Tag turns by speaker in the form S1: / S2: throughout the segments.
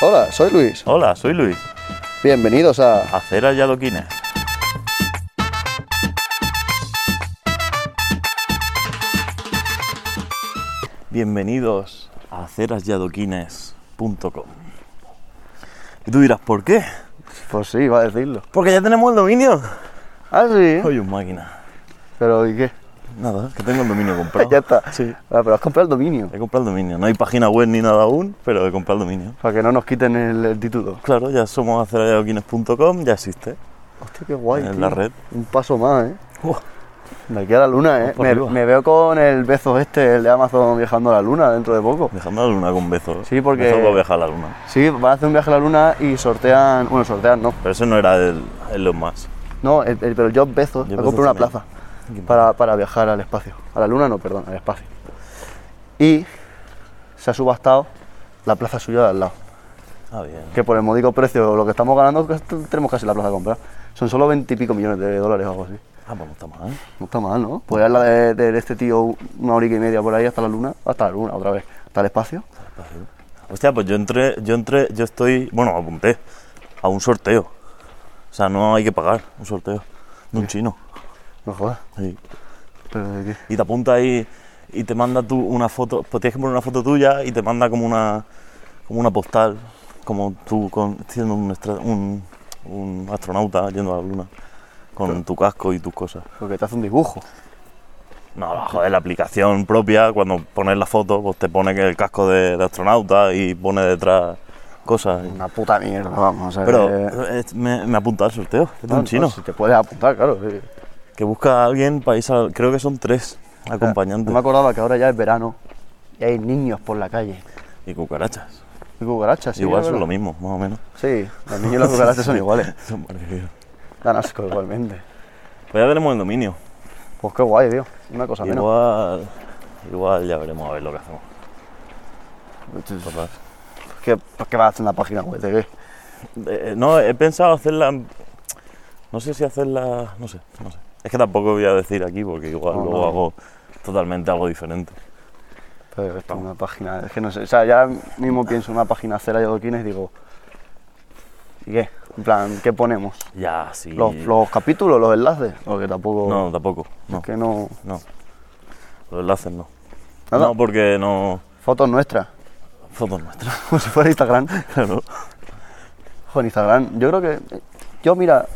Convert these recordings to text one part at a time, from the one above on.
S1: Hola, soy Luis.
S2: Hola, soy Luis.
S1: Bienvenidos a
S2: Aceras y adoquines. Bienvenidos a acerasladoquines.com. Y tú dirás, ¿por qué?
S1: Pues sí, va a decirlo.
S2: Porque ya tenemos el dominio.
S1: Ah, sí.
S2: Soy un máquina.
S1: Pero ¿y qué?
S2: Nada, que tengo el dominio comprado.
S1: ya está.
S2: Sí.
S1: Ah, pero has comprado el dominio.
S2: He comprado el dominio. No hay página web ni nada aún, pero he comprado el dominio.
S1: Para que no nos quiten el, el título.
S2: Claro, ya somos aceralladoquines.com, ya existe
S1: Hostia, qué guay.
S2: en
S1: tío.
S2: la red.
S1: Un paso más, ¿eh?
S2: Uf,
S1: De aquí a la luna, ¿eh?
S2: por
S1: Me,
S2: arriba.
S1: me veo con el beso este, el de Amazon, viajando a la luna dentro de poco.
S2: dejando la luna con besos.
S1: Sí, porque-
S2: Besos para viajar a la luna.
S1: Sí, van a hacer un viaje a la luna y sortean. Bueno, sortean no.
S2: Pero eso no era el, el Elon Musk.
S1: No, el, el- pero yo beso.
S2: Jeff
S1: Me compré una
S2: Bezos
S1: plaza
S2: también.
S1: para, para viajar al espacio. A la luna no, perdón, al espacio. Y se ha subastado la plaza suya de al lado.
S2: Ah, bien.
S1: que por el módico precio lo que estamos ganando que esto tenemos casi la plaza de comprar. Son solo veintipico millones de dólares o algo así.
S2: Ah, pues no está mal.
S1: No está mal, ¿no? Pues es la de, de este tío una hora y media por ahí hasta la luna, hasta la luna otra vez, hasta el espacio.
S2: Hostia, pues yo entré, yo entré, yo estoy, bueno, me apunté a un sorteo. O sea, no hay que pagar un sorteo de un chino.
S1: No jodas,
S2: Sí.
S1: pero de qué.
S2: Y te apunta ahí y te manda tú una foto, pues tienes que poner una foto tuya y te manda como una, como una postal, como tú con, siendo un, estra- un, un astronauta yendo a la luna, con tu casco y tus cosas.
S1: Porque te hace un dibujo.
S2: No, joder, la aplicación propia, cuando pones la foto, pues te pone que el casco de, de astronauta y pone detrás cosas.
S1: Una puta mierda, vamos. O sea,
S2: Pero
S1: que-
S2: eh, me, me apunta al sorteo, es de
S1: No,
S2: un
S1: no,
S2: chino,
S1: si te puedes apuntar, claro. sí.
S2: que busca a alguien para irse al- Creo que son tres acompañantes
S1: No me acordaba que ahora ya es verano y hay niños por la calle.
S2: y cucarachas.
S1: Y cucarachas, sí.
S2: Igual
S1: es
S2: son lo
S1: verdad.
S2: mismo, más o menos.
S1: Sí, los niños y las cucarachas son iguales.
S2: Son parecidos.
S1: Dan asco igualmente.
S2: Pues ya tenemos el dominio.
S1: Pues qué guay, tío. Una cosa menos.
S2: Igual, igual ya veremos a ver lo que hacemos.
S1: Pues
S2: Total.
S1: ¿Qué, pues, ¿Qué vas a hacer en la página web? ¿De qué?
S2: Eh, no, he pensado hacerla. No sé si hacerla. No sé, no sé. Es que tampoco voy a decir aquí porque igual
S1: No,
S2: luego
S1: no.
S2: hago totalmente algo diferente. Pues,
S1: Pero esto es una página, es que no sé, o sea, ya mismo pienso en una página cera y adoquines y digo, ¿y qué? En plan, ¿qué ponemos?
S2: Ya, sí.
S1: ¿Los, los capítulos, los enlaces? Porque tampoco,
S2: No, tampoco. No,
S1: es que no,
S2: no. Los enlaces no.
S1: Nada.
S2: No, porque no.
S1: fotos nuestras,
S2: Fotos nuestras,
S1: como si fuera Instagram.
S2: claro.
S1: Ojo, en Instagram, yo creo que, yo mira,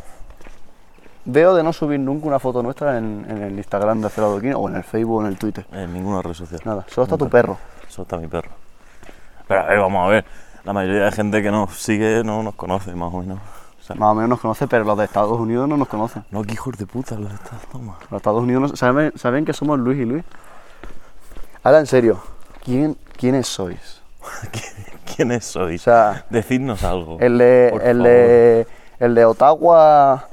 S1: veo de no subir nunca una foto nuestra en, en el Instagram de cera y adoquines o en el Facebook o en el Twitter,
S2: En ninguna red social.
S1: nada, solo está tu perro.
S2: Solo está mi perro. Pero a ver, vamos a ver. La mayoría de gente que nos sigue no nos conoce, más o menos. O sea,
S1: Más o menos nos conoce, pero los de Estados Unidos no nos conocen.
S2: no, que hijos de puta los de estas tomas.
S1: Los Estados Unidos no- saben, saben que somos Luis y Luis. Ahora en serio, ¿quién, ¿quiénes sois?
S2: ¿Quiénes
S1: O
S2: sois?
S1: sea,
S2: Decidnos algo.
S1: el de,
S2: por
S1: el
S2: favor.
S1: de, el de Ottawa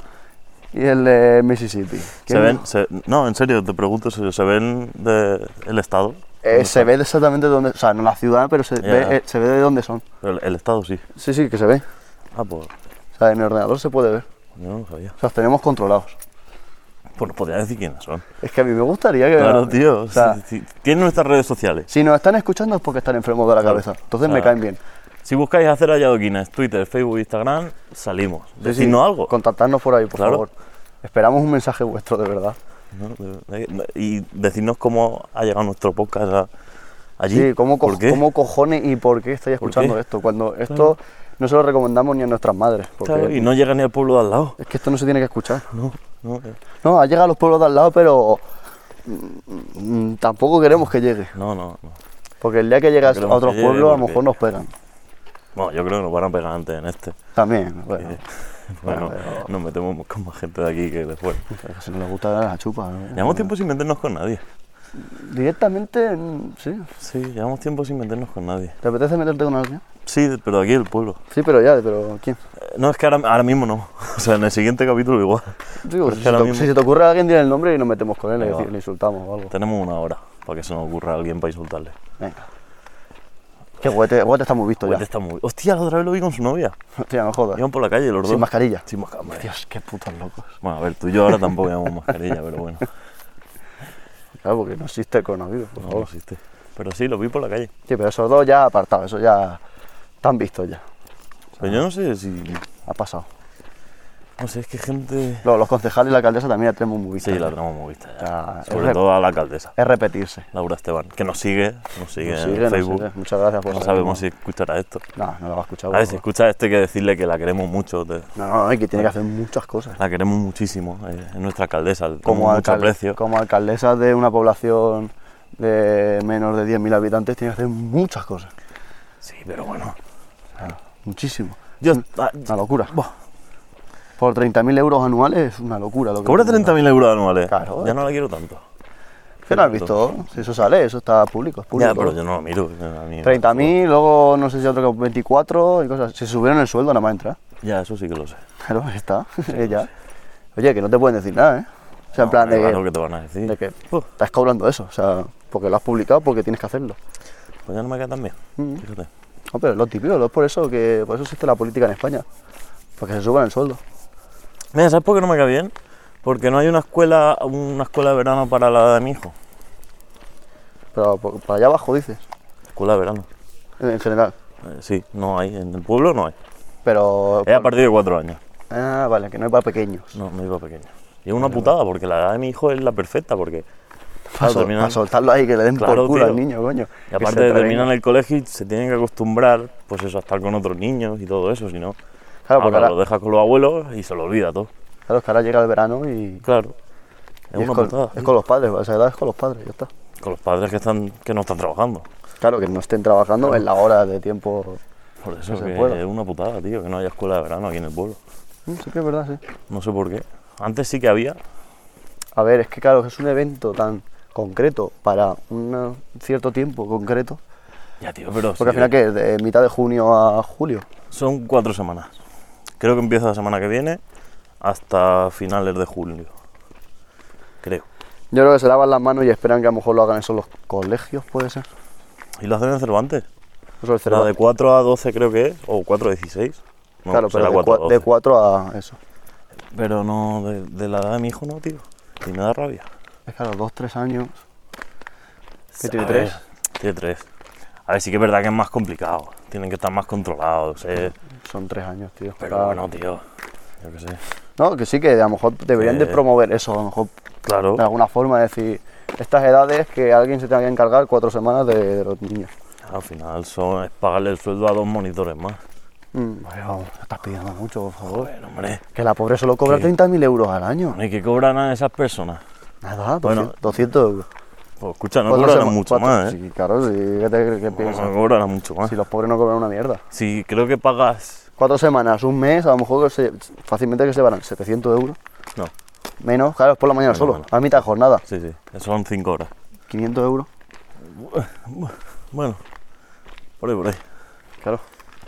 S1: y el de Mississippi.
S2: Se
S1: ¿Quién-
S2: ven, se- no, en serio, te pregunto, serio, ¿se ven del Estado?
S1: eh, se ve exactamente de dónde, o sea, no la ciudad, pero se,
S2: Ya.
S1: ve, eh, se ve de dónde son.
S2: Pero el, el Estado sí.
S1: Sí, sí, que se ve.
S2: Ah, pues
S1: O sea, en el ordenador se puede ver.
S2: yo no lo sabía.
S1: O sea, los tenemos controlados.
S2: Pues nos podrías decir quiénes son.
S1: Es que a mí me gustaría que...
S2: Claro, tío.
S1: o sea,
S2: si- si- tienen nuestras redes sociales.
S1: si nos están escuchando es porque están enfermos de la cabeza. Entonces me
S2: Claro.
S1: caen bien.
S2: Si buscáis hacer Ayadoquines, Twitter, Facebook, Instagram, salimos.
S1: Sí, sí,
S2: Decidnos algo.
S1: Contactarnos por ahí, por
S2: Claro.
S1: favor. Esperamos un mensaje vuestro, de verdad.
S2: ¿no? De- de- Y decidnos cómo ha llegado nuestro podcast a- allí.
S1: Sí, ¿cómo, co-
S2: ¿Por qué?
S1: cómo cojones y por qué estáis
S2: ¿Por
S1: escuchando
S2: qué?
S1: esto? Cuando esto no se lo recomendamos ni a nuestras madres, porque
S2: Claro, y no llega ni al pueblo de al lado.
S1: es que esto no se tiene que escuchar.
S2: No, no, eh,
S1: No, ha llegado a los pueblos de al lado, pero mm, mm, tampoco queremos que llegue,
S2: no, no, no.
S1: porque el día que llegas a
S2: queremos
S1: otros
S2: que llegue
S1: pueblos a lo
S2: porque-
S1: mejor nos pegan.
S2: Bueno, yo creo que nos van a pegar antes en este.
S1: También, bueno,
S2: Bueno,
S1: pero-
S2: nos metemos con más gente de aquí que después.
S1: si no les gusta la chupa. ¿no?
S2: Llevamos tiempo sin meternos con nadie.
S1: Directamente, mm, sí.
S2: Sí, llevamos tiempo sin meternos con nadie.
S1: ¿Te apetece meterte con alguien?
S2: Sí, pero aquí el pueblo.
S1: Sí, pero ya, pero ¿quién?
S2: Eh, No, es que ahora, ahora mismo no. O sea, en el siguiente capítulo igual.
S1: Digo,
S2: Pero Pues
S1: si,
S2: es que
S1: se
S2: ahora
S1: te,
S2: mismo-
S1: si se te ocurre a alguien, dile el nombre y nos metemos con él, le,
S2: Venga,
S1: dec- le insultamos o algo.
S2: Tenemos una hora para que se nos ocurra a alguien para insultarle.
S1: Venga. Qué guete, guete estamos vistos
S2: Guete
S1: ya.
S2: está muy... Hostia, la otra vez lo vi con su novia.
S1: Hostia, no jodas.
S2: Iban por la calle los dos.
S1: Sin mascarilla.
S2: Sin mascarilla.
S1: Dios, qué putos locos.
S2: Bueno, a ver, tú y yo ahora tampoco llevamos mascarilla, pero bueno,
S1: Claro, porque no existe el coronavirus, por
S2: no
S1: favor.
S2: existe. Pero sí, lo vi por la calle.
S1: Sí, pero esos dos ya apartados, eso ya están vistos ya.
S2: Pero yo no sé si.
S1: Ha pasado.
S2: No sé, es que gente.
S1: Los, los concejales y la alcaldesa también la tenemos muy vista.
S2: Sí, la tenemos muy vista ya.
S1: Ya, Ah, es,
S2: Sobre
S1: re-
S2: todo a la alcaldesa,
S1: es repetirse.
S2: Laura Esteban, que nos sigue, nos sigue
S1: Nos
S2: en
S1: sigue, nos
S2: Facebook.
S1: sigue. Pues Muchas gracias por
S2: No
S1: seguirnos.
S2: sabemos si Ah, escuchará esto.
S1: No, no la va a escuchar.
S2: A
S1: por
S2: ver, si
S1: favor.
S2: escucha esto hay que decirle que la queremos mucho, te-
S1: No, no, no, y que tiene que hacer muchas cosas.
S2: la queremos muchísimo, eh, es nuestra alcaldesa, le tenemos
S1: Como,
S2: mucho
S1: alcal-
S2: aprecio.
S1: como alcaldesa de una población de menos de 10.000 habitantes, tiene que hacer muchas cosas.
S2: Sí, pero bueno.
S1: Muchísimo.
S2: Yo, ah,
S1: Una locura. Por 30.000 euros anuales es una locura. Lo que
S2: cobra 30.000 euros anuales,
S1: Claro. eh.
S2: ya no la quiero tanto.
S1: ¿Qué lo has visto? Si eso sale, eso está público. Es público.
S2: Ya, pero yo no lo miro. a mí-
S1: 30.000, luego no sé si otro que 24 y cosas. Si subieron el sueldo, nada más entra.
S2: Ya, eso sí que lo sé.
S1: Claro, ahí está. ella. Oye, que no te pueden decir nada, ¿eh? O sea, en plan de
S2: No,
S1: que,
S2: es lo que te van a decir.
S1: de que
S2: Uh,
S1: estás cobrando eso. O sea, porque lo has publicado, porque tienes que hacerlo.
S2: pues ya no me queda tan bien.
S1: Mm.
S2: Fíjate.
S1: No, pero es lo típico, lo es por eso que por eso existe la política en España. Porque se suban el sueldo.
S2: Mira, ¿sabes por qué no me cae bien? Porque no hay una escuela, una escuela de verano para la edad de mi hijo.
S1: Pero por- para allá abajo dices,
S2: Escuela de verano.
S1: en en general.
S2: Eh, sí, no hay. En el pueblo no hay.
S1: Pero.
S2: Es a partir de cuatro años.
S1: Ah, vale, que no es para pequeños.
S2: No, me iba pequeño. Y es una putada, porque la edad de mi hijo es la perfecta, porque.
S1: Para,
S2: claro,
S1: sol-
S2: terminan-
S1: para soltarlo ahí, que le den por
S2: Claro,
S1: culo al
S2: tío.
S1: niño, coño.
S2: y aparte terminan el colegio y se tienen que acostumbrar, pues eso, a estar con otros niños y todo eso, si no.
S1: Claro, porque
S2: ahora
S1: ahora,
S2: lo dejas con los abuelos y se lo olvida todo.
S1: claro, es que ahora llega el verano y.
S2: Claro. Es
S1: y
S2: una
S1: con,
S2: putada.
S1: es con los padres, a esa edad es con los padres, ya está.
S2: Con los padres que están, que no están trabajando.
S1: Claro, que no estén trabajando en la hora de tiempo.
S2: Por eso
S1: se
S2: que
S1: pueda.
S2: es una putada, tío, que no haya escuela de verano aquí en el pueblo.
S1: Mm, Sí, que es verdad, sí.
S2: No sé por qué. Antes sí que había.
S1: A ver, es que claro, es un evento tan concreto para un cierto tiempo concreto.
S2: Ya, tío, pero
S1: Porque
S2: sí,
S1: al final, ¿qué? De mitad de junio a julio.
S2: son cuatro semanas. Creo que empieza la semana que viene hasta finales de julio. Creo.
S1: Yo creo que se lavan las manos y esperan que a lo mejor lo hagan eso los colegios, puede ser.
S2: ¿Y lo hacen en Cervantes?
S1: Eso es
S2: La de 4 a 12 creo que es, o 4 a 16. No,
S1: claro, pero
S2: será
S1: de,
S2: 4 a
S1: cua- de
S2: 12.
S1: cuatro a eso.
S2: Pero no, de, de la edad de mi hijo no, tío. Y me da rabia.
S1: Es que a los 2-3 años. ¿Qué tiene,
S2: A ver,
S1: tres?
S2: Tiene 3. A ver, sí que es verdad que es más complicado. Tienen que estar más controlados. eh.
S1: Son 3 años, tío.
S2: Pero
S1: Claro.
S2: bueno, tío. Yo qué sé.
S1: No, que sí, que a lo mejor deberían de
S2: Eh.
S1: promover eso, a lo mejor
S2: Claro.
S1: de alguna forma, es decir, estas edades que alguien se tenga que encargar cuatro semanas de, de los niños.
S2: Al final son, es pagarle el sueldo a dos monitores más.
S1: Mm, vale, vamos, no estás pidiendo mucho, por favor.
S2: Bueno, hombre.
S1: Que la pobre solo cobra
S2: ¿Qué?
S1: 30.000 euros al año.
S2: ¿Y qué cobran a esas personas?
S1: Nada,
S2: Bueno.
S1: 200, 200 euros.
S2: Pues escucha, no
S1: Cuatro
S2: cobrarán
S1: sema-
S2: mucho
S1: cuatro-
S2: más, ¿eh?
S1: Sí, claro, sí, ¿qué, te- qué piensas?
S2: No cobrarán mucho más.
S1: Si los pobres no cobran una mierda.
S2: Sí, creo que pagas.
S1: Cuatro semanas, un mes, a lo mejor se- fácilmente que se van 700 euros.
S2: No,
S1: Menos, claro, es por la mañana
S2: Menos,
S1: solo,
S2: menos.
S1: a mitad de jornada.
S2: sí, sí. Son 5 horas.
S1: 500 euros,
S2: Bueno, por ahí, por ahí.
S1: claro.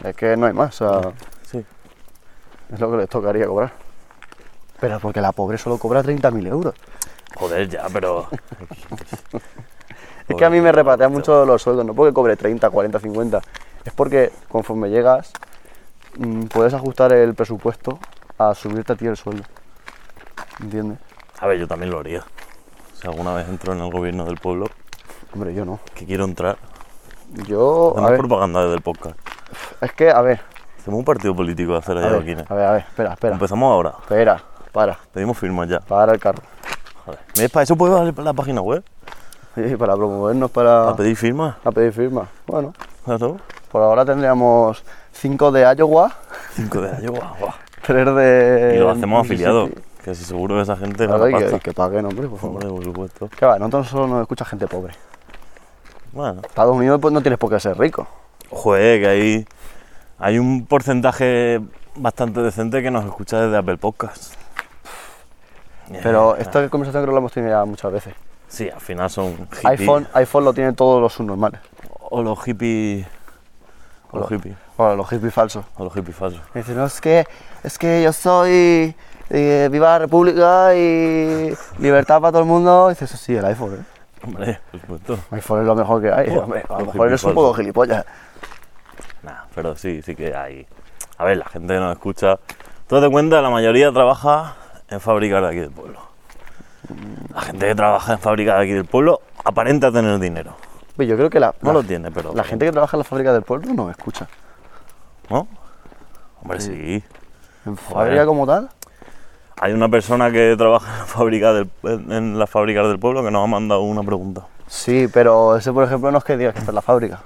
S1: Es que no hay más, o sea,
S2: Sí.
S1: es lo que les tocaría cobrar. Pero porque la pobre solo cobra 30.000 euros.
S2: Joder, ya, pero.
S1: Es que a mí me repatean mucho los sueldos, no porque cobre 30, 40, 50. Es porque conforme llegas, mm, puedes ajustar el presupuesto a subirte a ti el sueldo. ¿Entiendes?
S2: A ver, yo también lo haría. Si alguna vez entro en el gobierno del pueblo,
S1: Hombre, yo no.
S2: que quiero entrar,
S1: Yo. A
S2: hacemos
S1: ver,
S2: propaganda desde el podcast.
S1: es que, a ver.
S2: Hacemos un partido político de hacer
S1: A
S2: allá aquí.
S1: ver, a ver, a ver, espera, espera.
S2: Empezamos ahora.
S1: Espera, para,
S2: Pedimos firmas ya.
S1: para el carro.
S2: Joder. ¿Ves? Para eso puedes ir a la página web,
S1: Sí, para promovernos, para,
S2: a pedir firmas.
S1: a pedir firmas. Bueno,
S2: Claro.
S1: por ahora tendríamos 5 de Iowa,
S2: 5 de mayo, guau, guau.
S1: 3 de.
S2: Y lo hacemos afiliado,
S1: Mississippi.
S2: que así seguro que esa gente
S1: Claro,
S2: gana
S1: y que,
S2: pasta.
S1: y que paguen, hombre, por favor.
S2: Hombre, por supuesto.
S1: Que va, nosotros solo nos escucha gente pobre.
S2: Bueno,
S1: Estados Unidos pues, no tienes por qué ser rico.
S2: joder, que hay, hay un porcentaje bastante decente que nos escucha desde Apple Podcasts.
S1: Pero
S2: Eh,
S1: esta conversación creo que la hemos tenido ya muchas veces.
S2: Sí, al final son hippies.
S1: iPhone, iPhone lo tienen todos los subnormales.
S2: O los hippies. O los hippies.
S1: Bueno, los hippies falsos.
S2: O los hippies falsos.
S1: Me dicen, no, es que, es que yo soy eh, viva la república y libertad para todo el mundo. Y dices, "Eso sí, el iPhone. ¿eh?
S2: Hombre, por supuesto.
S1: El iPhone es lo mejor que hay. hombre. a lo
S2: los
S1: mejor eres un
S2: hippies
S1: poco gilipollas.
S2: Nah, pero sí, sí que hay. A ver, la gente que nos escucha. Tú te cuenta, la mayoría trabaja en fábricas de aquí del pueblo. La gente que trabaja en fábricas de aquí del pueblo aparenta tener dinero.
S1: Pues yo creo que la,
S2: No
S1: la-
S2: lo tiene, pero.
S1: la gente que trabaja en la fábrica del pueblo no me escucha.
S2: ¿No? Hombre,
S1: Sí.
S2: sí.
S1: ¿En fábrica como tal?
S2: Hay una persona que trabaja en, la fábrica del- en- en las fábricas del pueblo que nos ha mandado una pregunta.
S1: Sí, pero ese, por ejemplo, no es que digas que está en la fábrica.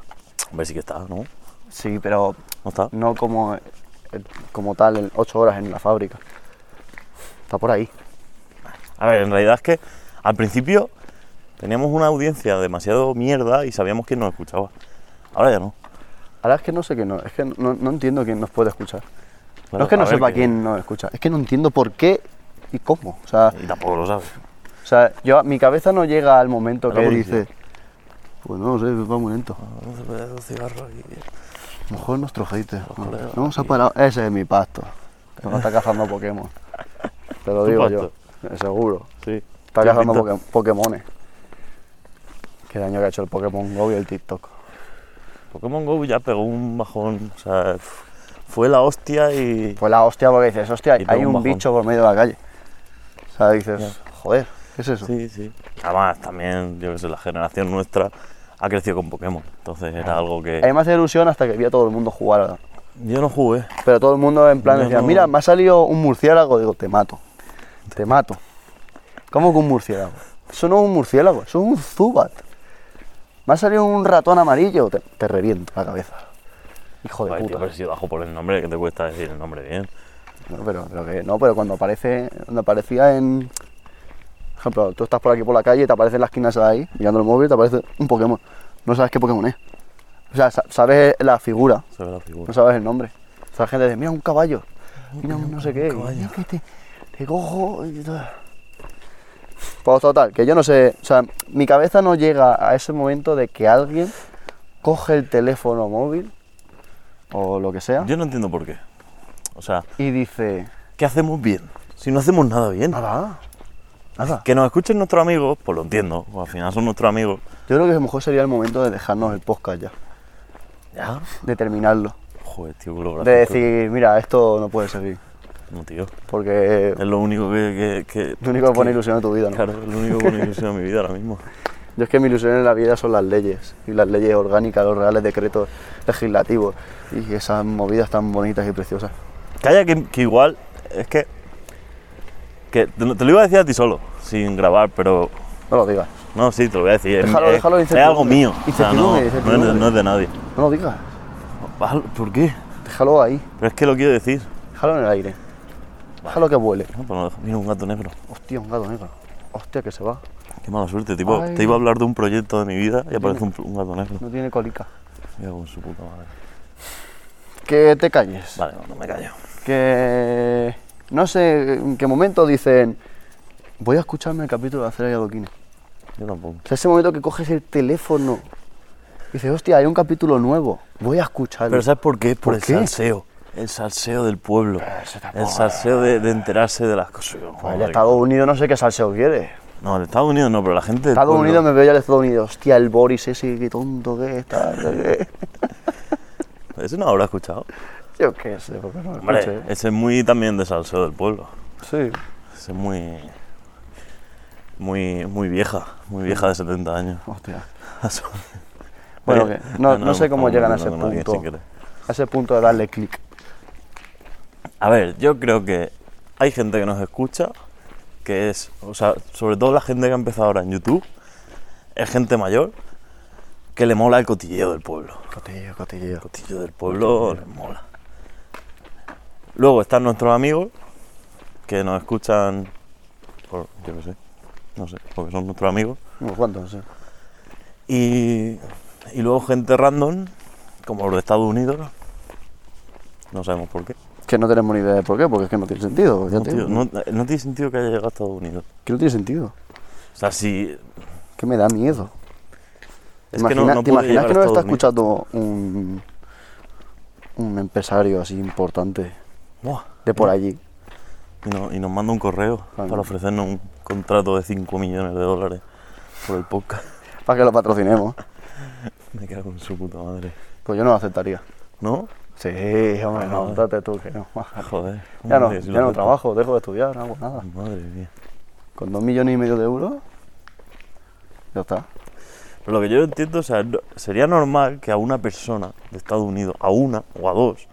S2: Hombre, sí que está, ¿no?
S1: Sí, pero
S2: ¿No está?
S1: no como, eh, como tal, en 8 horas en la fábrica. Está por ahí.
S2: A ver, en realidad es que al principio teníamos una audiencia demasiado mierda y sabíamos quién nos escuchaba. Ahora ya no.
S1: Ahora es que no sé quién no, es que no, no entiendo quién nos puede escuchar. no
S2: Claro,
S1: es que
S2: a
S1: no
S2: ver,
S1: sepa quién nos escucha, es que no entiendo por qué y cómo. O sea,
S2: Y tampoco lo sabes.
S1: o sea yo, mi cabeza no llega al momento
S2: La
S1: que
S2: policía.
S1: dice, pues no lo sé, va muy lento. A lo mejor nuestro hater. No,
S2: colegas
S1: no se ha parado. Ese es mi pasto. Que no está cazando Pokémon. Te lo
S2: ¿Tu
S1: digo
S2: pasto?
S1: yo. eh, Seguro.
S2: Sí.
S1: Está
S2: Tiene
S1: cazando
S2: pinta.
S1: Poké- Pokémones. Qué daño que ha hecho el Pokémon Go y el TikTok.
S2: Pokémon Go ya pegó un bajón. O sea, f- fue la hostia y.
S1: Fue la hostia porque dices, hostia,
S2: Y pegó
S1: hay
S2: un
S1: un
S2: bajón.
S1: bicho por medio de la calle. O sea, dices, joder, ¿qué es eso?
S2: Sí, sí. Además, también, yo que sé, la generación nuestra ha crecido con Pokémon. Entonces era algo
S1: A mí
S2: que.
S1: me hace ilusión hasta que vi a todo el mundo jugar. a-
S2: Yo no jugué.
S1: Pero todo el mundo en plan
S2: Yo
S1: decía,
S2: no-
S1: mira, me ha salido un murciélago. Digo, te mato. Te mato. ¿Cómo que un murciélago? Eso no es un murciélago, eso es un zubat. Me ha salido un ratón amarillo. Te, te reviento la cabeza. Hijo de
S2: Joder, tío, pues
S1: puta.
S2: pero si bajo por el nombre, ¿qué te cuesta decir el nombre bien?
S1: No, pero, pero que, no, pero cuando aparece, cuando aparecía en. Por ejemplo, tú estás por aquí por la calle y te aparece en la esquina esa de ahí, mirando el móvil, te aparece un Pokémon. No sabes qué Pokémon es. O sea, sa- sabes la figura,
S2: Se ve la
S1: no
S2: figura.
S1: sabes el nombre. O sea, la gente dice, mira un caballo, mira un no sé qué,
S2: caballo.
S1: mira que te, te cojo. y tal". Pues total, que yo no sé, o sea, mi cabeza no llega a ese momento de que alguien coge el teléfono móvil o lo que sea
S2: Yo no entiendo por qué. O sea,
S1: y dice,
S2: ¿qué hacemos bien? Si no hacemos nada bien.
S1: nada, Ah, nada.
S2: Que nos escuchen nuestros amigos, pues lo entiendo, pues al final son nuestros amigos.
S1: Yo creo que a lo mejor sería el momento de dejarnos el podcast ya,
S2: Ya.
S1: de terminarlo,
S2: Joder, tío,
S1: de
S2: lo gracioso.
S1: decir, mira, esto no puede seguir,
S2: No, tío.
S1: porque
S2: Es lo único que. que, que-
S1: lo único que pone ilusión a tu vida, ¿no?
S2: Claro, es lo único que pone ilusión en mi vida ahora mismo.
S1: Yo es que mi ilusión en la vida son las leyes, y las leyes orgánicas, los reales decretos legislativos, y esas movidas tan bonitas y preciosas.
S2: Calla, que, que igual. Es que. que te, lo- te lo iba a decir a ti solo, sin grabar, pero.
S1: No lo digas,
S2: No, sí, te lo voy a decir. es-
S1: Déjalo,
S2: es,
S1: déjalo,
S2: es algo mío. O sea,
S1: incertidumbre,
S2: no, no es de,
S1: incertidumbre.
S2: no es de nadie.
S1: no lo digas,
S2: Al- ¿Por qué?
S1: déjalo ahí,
S2: Pero es que lo quiero decir.
S1: déjalo en el aire, déjalo que vuele.
S2: No, pues no dejo. Mira, un gato negro.
S1: Hostia, un gato negro, hostia, que se va,
S2: Qué mala suerte, tipo.
S1: Ay.
S2: Te iba a hablar de un proyecto de mi vida y aparece un, un gato negro.
S1: no tiene colica.
S2: Mira con su puta madre.
S1: Que te calles.
S2: Vale, no, no me callo.
S1: que no sé en qué momento dicen voy a escucharme el capítulo de Acera y Adoquines.
S2: Yo tampoco.
S1: O sea, ese momento que coges el teléfono y dices, hostia, hay un capítulo nuevo, voy a escucharlo.
S2: Pero ¿sabes por qué? Por, el
S1: qué? Ah,
S2: salseo. El salseo del pueblo.
S1: eso tampoco-
S2: El salseo de, de enterarse de las cosas.
S1: Pues el
S2: Madre
S1: Estados Unidos no sé qué salseo quiere.
S2: No, en Estados Unidos no, pero la gente. del
S1: Estados
S2: pueblo-
S1: Unidos me veo ya en Estados Unidos. Hostia, el Boris ese, qué tonto que es. tal, no sé qué".
S2: Eso no lo habrá escuchado.
S1: Yo qué sé, porque no lo ¿eh?
S2: Hombre,
S1: escuché.
S2: ese es muy también de salseo del pueblo.
S1: Sí.
S2: Ese es muy. Muy, muy vieja, muy vieja de 70 años.
S1: Hostia. Bueno,
S2: Bueno,
S1: que no, no sé cómo llegan a ese punto. A ese punto de darle clic.
S2: A ver, yo creo que hay gente que nos escucha, que es, o sea, sobre todo la gente que ha empezado ahora en YouTube, es gente mayor, que le mola el cotilleo del pueblo.
S1: Cotilleo, cotilleo.
S2: El cotilleo del pueblo les mola. Luego están nuestros amigos, que nos escuchan por, yo qué sé, no sé, porque son nuestros amigos.
S1: Unos cuantos, sí.
S2: Y, y luego gente random, como los de Estados Unidos, no sabemos por qué.
S1: Que no tenemos ni idea de por qué, porque es que no tiene sentido. ya
S2: No,
S1: te
S2: tío,
S1: digo,
S2: no- no tiene sentido que haya llegado a Estados Unidos.
S1: Que no tiene sentido.
S2: O sea, si.
S1: Que me da miedo.
S2: Es
S1: Imagina-
S2: que no, no
S1: ¿Te
S2: puede
S1: imaginas
S2: llegar
S1: que
S2: a
S1: nos está
S2: Estados Unidos.
S1: escuchando un, un empresario así importante
S2: Buah,
S1: de por allí?
S2: Y, no- y nos manda un correo
S1: Claro.
S2: para ofrecernos un contrato de 5 millones de dólares por el podcast.
S1: Para que lo patrocinemos.
S2: Me cago en su puta madre.
S1: Pues yo no lo aceptaría.
S2: ¿no?
S1: Sí, hombre, no, date tú que no.
S2: Ah, Joder.
S1: Ya no,
S2: hombre, si
S1: ya
S2: lo
S1: no
S2: acepto.
S1: trabajo, dejo de estudiar, no hago nada.
S2: Madre mía.
S1: Con dos millones y medio de euros, ya está.
S2: Pero lo que yo entiendo, o sea, no- sería normal que a una persona de Estados Unidos, a una o a dos,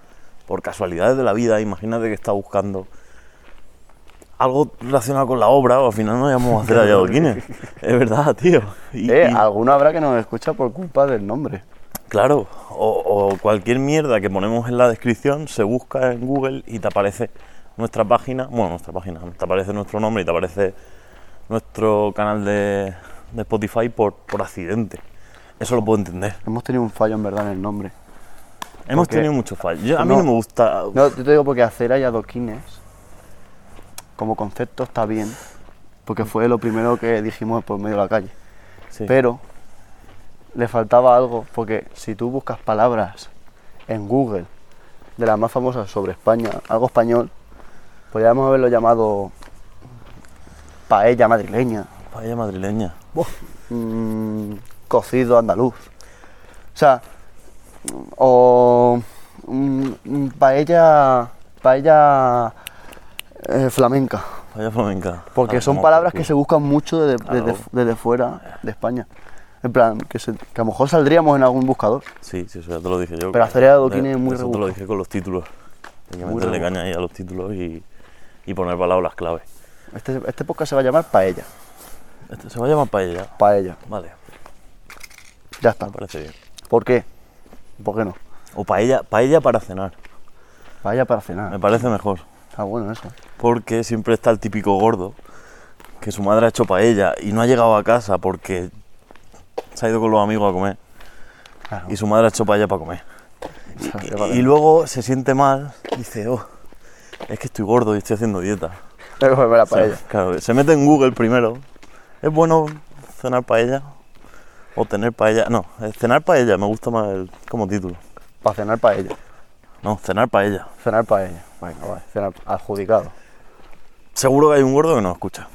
S2: por casualidades de la vida, imagínate que está buscando algo relacionado con la obra, o al final no íbamos a hacer adoquines. es verdad, tío. Y-
S1: Eh,
S2: y-
S1: alguno habrá que nos escucha por culpa del nombre.
S2: Claro, o, o cualquier mierda que ponemos en la descripción se busca en Google y te aparece nuestra página, bueno, nuestra página, te aparece nuestro nombre y te aparece nuestro canal de, de Spotify por, por accidente. Eso lo puedo entender.
S1: Hemos tenido un fallo en verdad en el nombre.
S2: Hemos
S1: Porque-
S2: tenido muchos fallos. Yo- a mí no,
S1: No.
S2: me gusta.
S1: No, yo te digo porque acera y adoquines, como concepto, está bien, porque fue lo primero que dijimos por medio de la calle.
S2: sí.
S1: Pero le faltaba algo, porque si tú buscas palabras en Google de las más famosas sobre España, algo español, podríamos haberlo llamado paella madrileña,
S2: Paella madrileña.
S1: mm, cocido andaluz. O sea, mm, o mm, mm, paella, paella eh, flamenca.
S2: Paella flamenca.
S1: Porque
S2: Ah,
S1: son
S2: no,
S1: palabras
S2: por
S1: que se
S2: culo.
S1: buscan mucho desde,
S2: Claro.
S1: desde- desde fuera de España. En plan, que, se- que a lo mejor saldríamos en algún buscador.
S2: Sí, sí, eso ya te lo dije yo.
S1: Pero hacer adoquines
S2: De-
S1: es muy
S2: Eso te lo
S1: rebuscado.
S2: dije con los títulos. Hay que
S1: Muy
S2: meterle
S1: rebuscado.
S2: caña ahí a los títulos y, y poner palabras clave.
S1: Este, este podcast se va a llamar Paella.
S2: Este se va a llamar paella.
S1: Paella.
S2: Vale,
S1: Ya está.
S2: me parece bien.
S1: ¿Por qué? ¿Por qué no?
S2: O paella, paella para cenar.
S1: Paella para
S2: Me
S1: cenar.
S2: parece mejor.
S1: Está bueno eso.
S2: Porque siempre está el típico gordo que su madre ha hecho paella y no ha llegado a casa porque se ha ido con los amigos a comer.
S1: Claro.
S2: Y su madre ha hecho paella para comer.
S1: Paella para
S2: Y, y luego se siente mal, dice, oh, es que estoy gordo y estoy haciendo dieta.
S1: Tengo que volver a
S2: O sea,
S1: paella.
S2: claro, se mete en Google primero. ¿Es bueno cenar paella? ¿O tener paella? No, eh, cenar paella me gusta más el- como título.
S1: Para cenar paella.
S2: No, cenar paella.
S1: Cenar paella. Venga, vale. Cenar adjudicado.
S2: Seguro que hay un gordo que no escucha.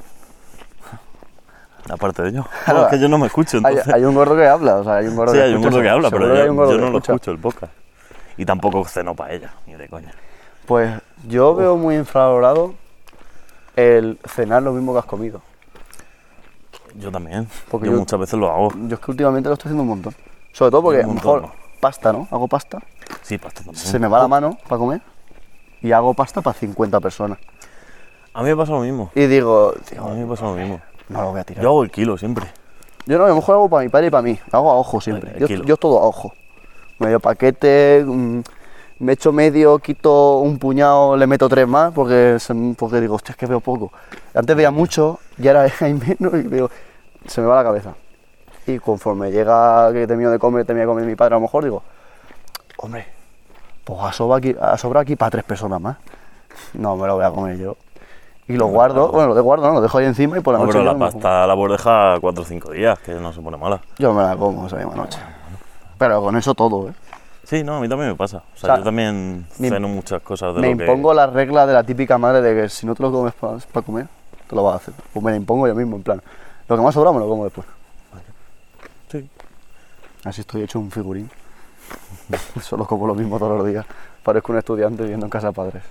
S2: Aparte de yo. No, es que yo no me escucho,
S1: Hay,
S2: entonces.
S1: hay un gordo que habla. O sea, hay un gordo
S2: sí,
S1: que
S2: hay un
S1: escucha,
S2: gordo que habla,
S1: seguro
S2: pero
S1: que
S2: yo,
S1: hay un gordo
S2: yo
S1: que
S2: no lo
S1: escucha.
S2: escucho el podcast. Y tampoco ceno paella, ni de coña.
S1: Pues yo veo muy infravalorado el cenar lo mismo que has comido.
S2: Yo también.
S1: Porque
S2: yo,
S1: yo-
S2: muchas veces lo hago.
S1: Yo es que últimamente lo estoy haciendo un montón. Sobre todo porque a lo
S2: Un montón,
S1: mejor pasta, ¿no? Hago pasta,
S2: Sí, Uh. pasta también.
S1: se me va la mano para comer y hago pasta para 50 personas.
S2: A mí me pasa lo mismo.
S1: Y digo, tío,
S2: A mí me pasa lo mismo.
S1: no lo voy a tirar.
S2: Yo hago el kilo siempre.
S1: Yo no, a lo mejor hago para mi padre y para mí. Hago a ojo siempre.
S2: Venga,
S1: Yo,
S2: kilo.
S1: yo todo a ojo. Medio paquete, mm, me echo medio, quito un puñado, le meto tres más porque, se- porque digo, hostia, es que veo poco. Antes veía mucho y ahora hay menos y digo, se me va la cabeza. Y conforme llega que termino de comer, termino de comer mi padre a lo mejor, digo, hombre, pues ha sobrado aquí, ha sobrado aquí para tres personas más. No me lo voy a comer yo. Y lo guardo, bueno, lo de- guardo, ¿no? Lo dejo ahí encima y por la
S2: No,
S1: noche...
S2: pero
S1: ya
S2: la
S1: no me lo como.
S2: pasta la puedes dejar 4 o 5 días, que no se pone mala.
S1: Yo me la como esa misma noche. Pero con eso todo, ¿eh?
S2: Sí, no, a mí también me pasa. O sea,
S1: O sea,
S2: yo también
S1: me-
S2: ceno muchas cosas de
S1: Me
S2: lo que...
S1: impongo la regla de la típica madre de que si no te lo comes para comer, te lo vas a hacer. Pues me la impongo yo mismo, en plan. Lo que más sobra me lo como después.
S2: Sí.
S1: Así estoy hecho un figurín. Solo como lo mismo todos los días. Parezco un estudiante viviendo en casa de padres.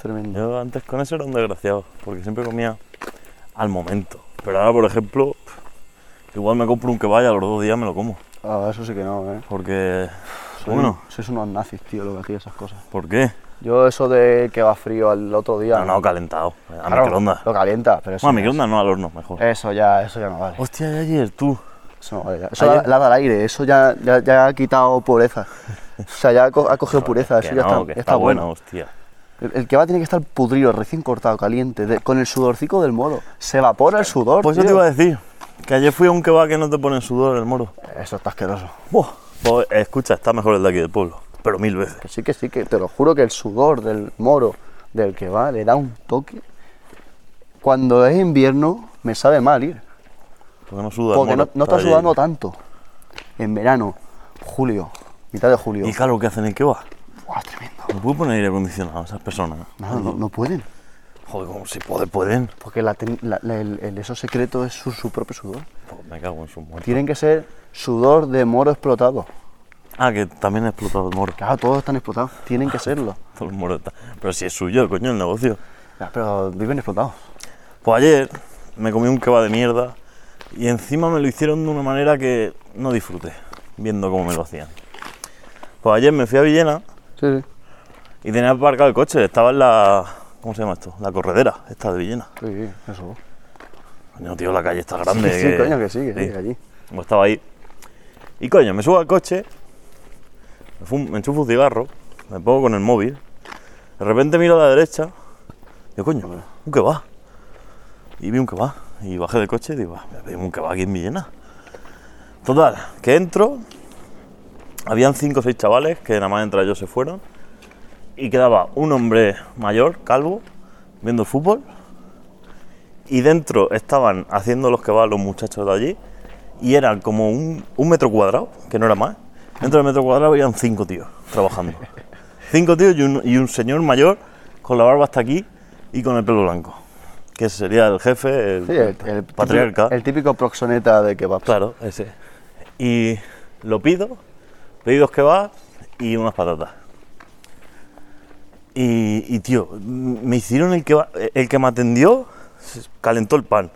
S1: Tremendo.
S2: Yo antes con eso era un desgraciado, porque siempre comía al momento. Pero ahora, por ejemplo, igual me compro un que vaya, los dos días me lo como.
S1: Ah, eso sí que no, ¿eh?
S2: Porque.
S1: Soy-
S2: Bueno,
S1: Sois unos nazis, tío, lo que hacía esas cosas.
S2: ¿por qué?
S1: Yo eso de que va frío al otro día...
S2: No, no, calentado. A
S1: Claro,
S2: microondas.
S1: Lo calienta, pero eso...
S2: Bueno,
S1: no
S2: a
S1: es- Eh.
S2: microondas no, al horno, mejor.
S1: Eso ya, eso ya no vale.
S2: Hostia, y ayer tú.
S1: Eso no vale ya. Eso
S2: Ayer-
S1: la, la da al aire, eso ya, ya, ya ha quitado pureza. O sea, ya ha, co- ha cogido pureza,
S2: que
S1: eso ya
S2: no,
S1: está,
S2: que
S1: ya
S2: está,
S1: está
S2: bueno,
S1: bueno.
S2: hostia.
S1: El, el que va tiene que estar pudrido, recién cortado, caliente, de- con el sudorcico del moro. Se evapora el sudor.
S2: Pues yo te
S1: tío.
S2: iba a decir, que ayer fui a un que va que no te pone sudor el moro.
S1: Eso está asqueroso.
S2: Buah, Pues escucha, está mejor el de aquí del pueblo, pero mil veces.
S1: Que sí, que sí, que te lo juro que el sudor del moro del que va le da un toque. Cuando es invierno me sabe mal ir.
S2: Porque no suda el
S1: Porque
S2: moro,
S1: no, no está
S2: allí.
S1: sudando tanto. En verano, julio, mitad de julio.
S2: Y claro, ¿qué hacen en el que va?
S1: Buah, es tremendo.
S2: No puedo poner aire acondicionado a esas personas.
S1: No, no, no pueden.
S2: Joder, como si puede, pueden.
S1: Porque la ten- la- la- el, el eso secreto es su, su propio sudor.
S2: Pues me cago en su muerte.
S1: Tienen que ser sudor de moro explotado.
S2: Ah, que también ha explotado el moro.
S1: Claro, todos están explotados. Tienen que serlo.
S2: Todo el moro está- Pero si es suyo, coño, el negocio.
S1: Ya, pero viven explotados.
S2: Pues ayer me comí un kebab de mierda y encima me lo hicieron de una manera que no disfruté, viendo cómo me lo hacían. Pues ayer me fui a Villena
S1: Sí, sí.
S2: Y tenía aparcado el coche, estaba en la. ¿Cómo se llama esto? La corredera, esta de Villena.
S1: Sí, eso.
S2: Coño, tío, la calle está grande.
S1: Sí, sí, coño, que sí, que sí, que allí.
S2: Como estaba ahí. Y coño, me subo al coche, me, fumo- me enchufo un cigarro, me pongo con el móvil, de repente miro a la derecha, digo, coño, un kebab. Y vi un kebab, y bajé del coche y digo, "Ah, voy a pedirme un kebab aquí en Villena. Total, que entro, habían cinco o seis chavales que nada más entrar yo se fueron, y quedaba un hombre mayor, calvo, viendo el fútbol, y dentro estaban haciendo los kebabs los muchachos de allí, y eran como un, un metro cuadrado, que no era más. Dentro del metro cuadrado habían cinco tíos trabajando. cinco tíos y un, y un señor mayor con la barba hasta aquí y con el pelo blanco. Que ese sería el jefe, el,
S1: Sí, el, el
S2: patriarca.
S1: Típico, el típico proxoneta de kebab.
S2: Claro, ese. Y lo pido, pedí dos kebabs y unas patatas. Y, y, tío, m- me hicieron el que, el que me atendió, se- calentó el pan.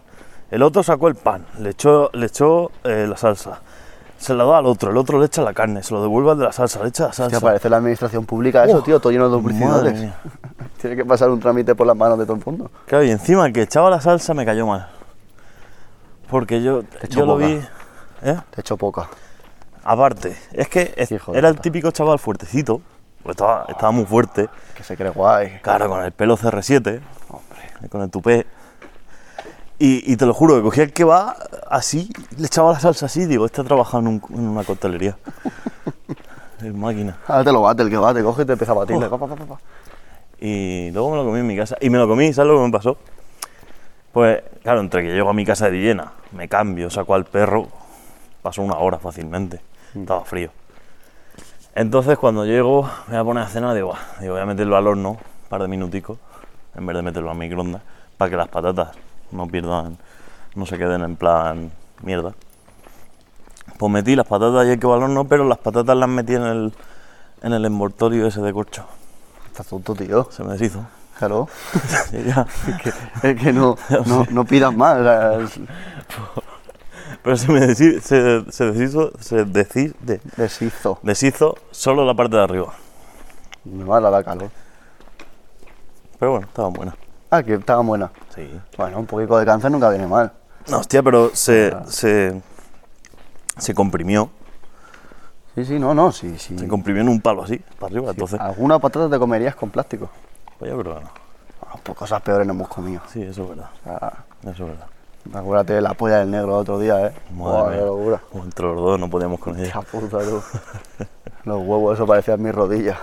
S2: El otro sacó el pan, le echó, le echó eh, la salsa. Se la da al otro, el otro le echa la carne, se lo devuelve al de la salsa, le echa la
S1: Que
S2: salsa.
S1: aparece la administración pública, eso,
S2: Uf,
S1: tío, todo lleno de
S2: madre
S1: duplicidades.
S2: mía.
S1: Tiene que pasar un trámite por las manos de todo el mundo.
S2: Claro, y encima el que echaba la salsa me cayó mal. Porque yo,
S1: echó
S2: yo lo
S1: boca.
S2: vi. ¿eh?
S1: Te echo poca.
S2: Aparte, es que es-
S1: Hijo de
S2: era el
S1: puta.
S2: típico chaval fuertecito, pues estaba, estaba muy fuerte,
S1: Que se cree guay.
S2: claro, con el pelo CR7, con el tupé. Y, y te lo juro, que cogía el que va así, le echaba la salsa así, digo, este ha trabajado en, un- en una costelería. es máquina.
S1: Ahora te lo bate, el que va, te coge y te empieza a batirle. pa, pa, pa, pa, pa.
S2: Y luego me lo comí en mi casa. Y me lo comí, ¿sabes lo que me pasó? Pues, claro, entre que llego a mi casa de Villena, me cambio, saco al perro, pasó una hora fácilmente. Estaba frío. Entonces, cuando llego, me voy a poner a cenar, digo, "Buah", digo, voy a meterlo al horno, un par de minuticos, en vez de meterlo al microondas, para que las patatas no pierdan, no se queden en plan mierda. Pues metí las patatas y el que al horno, pero las patatas las metí en el, en el envoltorio ese de corcho.
S1: Estás tonto, tío.
S2: Se me deshizo.
S1: Claro.
S2: Y ya.
S1: Es que no, no, no pidas más. o sea, es-
S2: Pero se me deshizo, se, se deshizo, se deshizo, de-
S1: deshizo.
S2: deshizo solo la parte de arriba.
S1: Me va a dar la calor.
S2: Pero bueno, estaba buena.
S1: Ah, que estaba buena.
S2: Sí.
S1: Bueno, un poquito de cáncer nunca viene mal.
S2: No, hostia, pero se,
S1: Ah.
S2: se, se comprimió.
S1: Sí, sí, no, no, sí, sí.
S2: Se comprimió en un palo así, para arriba. Entonces,
S1: Alguna patata te comerías con plástico.
S2: pues yo creo que no.
S1: Bueno, pues cosas peores no hemos comido.
S2: Sí, eso es verdad.
S1: O sea,
S2: Eso es verdad.
S1: acuérdate de la polla del negro el otro día, ¿eh? Buah,
S2: mía.
S1: qué locura.
S2: Como entre los dos no podíamos con ella.
S1: Hostia puta, tú. Los huevos, eso parecían mis rodillas.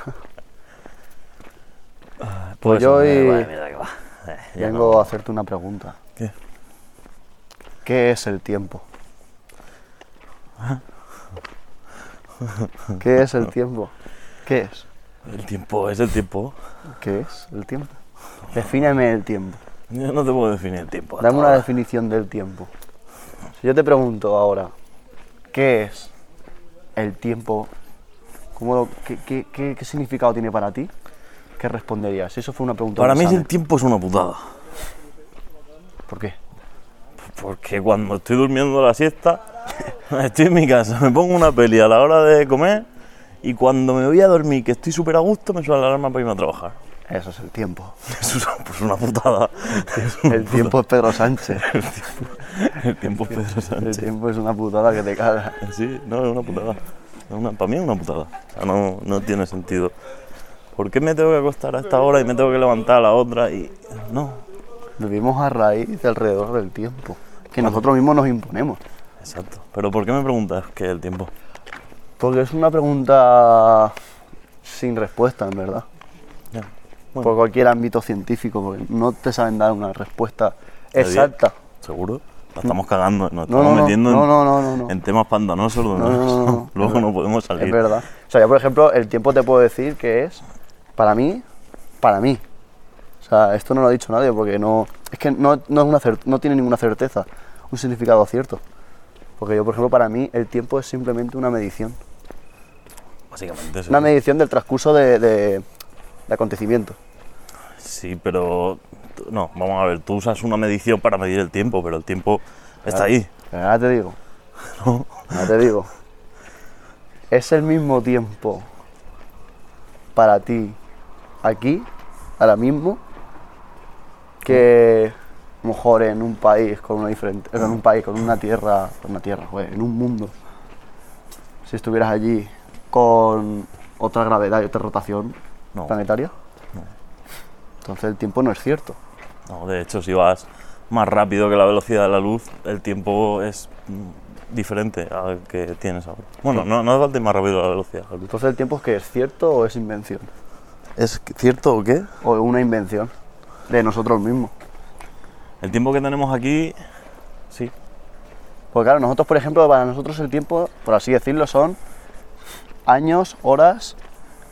S2: Pues
S1: yo
S2: eso,
S1: hoy-
S2: vale, mira que va. Eh, ya
S1: Vengo
S2: no-
S1: a hacerte una pregunta.
S2: ¿Qué?
S1: ¿Qué es el tiempo? ¿Ah? ¿Qué es el tiempo? ¿Qué es?
S2: El tiempo es el tiempo.
S1: ¿Qué es el tiempo? Defíneme el tiempo.
S2: Yo no te puedo definir el tiempo. hasta
S1: Dame una
S2: ahora.
S1: definición del tiempo. Si yo te pregunto ahora, ¿qué es el tiempo? ¿Cómo lo- qué, qué- qué- qué significado tiene para ti? ¿Qué responderías? Si eso fue una pregunta. de
S2: Para
S1: un
S2: mí el
S1: examen.
S2: tiempo es una putada.
S1: ¿Por qué?
S2: Porque cuando estoy durmiendo la siesta, estoy en mi casa, me pongo una peli a la hora de comer y cuando me voy a dormir, que estoy súper a gusto, me suena la alarma para irme a trabajar.
S1: Eso es el tiempo.
S2: Eso es pues, una putada. Es una
S1: El tiempo es Pedro Sánchez.
S2: putada. El tiempo es Pedro
S1: El
S2: Sánchez.
S1: tiempo es una putada que te caga.
S2: Sí, no, es una putada. Es una- para mí es una putada. O sea, no, no tiene sentido. ¿Por qué me tengo que acostar a esta hora y me tengo que levantar a la otra? Y no,
S1: Vivimos a raíz de alrededor del tiempo, que nosotros mismos nos imponemos.
S2: exacto. Pero ¿por qué me preguntas qué es el tiempo?
S1: Porque es una pregunta sin respuesta, en verdad.
S2: Ya. Bueno.
S1: Por cualquier ámbito científico, porque no te saben dar una respuesta
S2: bien.
S1: exacta.
S2: ¿Seguro? La estamos cagando, nos
S1: No,
S2: estamos
S1: no, no,
S2: metiendo en-
S1: no, no, no, no, no.
S2: en temas pantanosos donde
S1: No, no, no, no.
S2: luego no podemos
S1: Es
S2: salir.
S1: verdad. O sea, yo por ejemplo, el tiempo te puedo decir que es, para mí, para mí. O sea, esto no lo ha dicho nadie porque no, es que no, no es una cer- no tiene ninguna certeza, un significado cierto. Porque yo, por ejemplo, para mí el tiempo es simplemente una medición.
S2: Básicamente sí.
S1: Una medición del transcurso de, de, de acontecimientos.
S2: Sí, pero tú- no, vamos a ver, tú usas una medición para medir el tiempo, pero el tiempo está ahí.
S1: Ahora te digo.
S2: No.
S1: Ahora te digo. Es el mismo tiempo para ti aquí, ahora mismo, que a lo mejor en un país con una diferente, en un país con una tierra, con una tierra, joder, en un mundo. Si estuvieras allí con otra gravedad y otra rotación
S2: No.
S1: planetaria. Entonces el tiempo no es cierto.
S2: No, de hecho, si vas más rápido que la velocidad de la luz, el tiempo es mm, diferente al que tienes ahora. Bueno, no, no hace falta ir más rápido que la velocidad de la luz.
S1: Entonces el tiempo es que es cierto o es invención.
S2: ¿Es cierto o qué?
S1: O una invención de nosotros mismos.
S2: El tiempo que tenemos aquí, sí.
S1: Porque claro, nosotros, por ejemplo, para nosotros el tiempo, por así decirlo, son años, horas,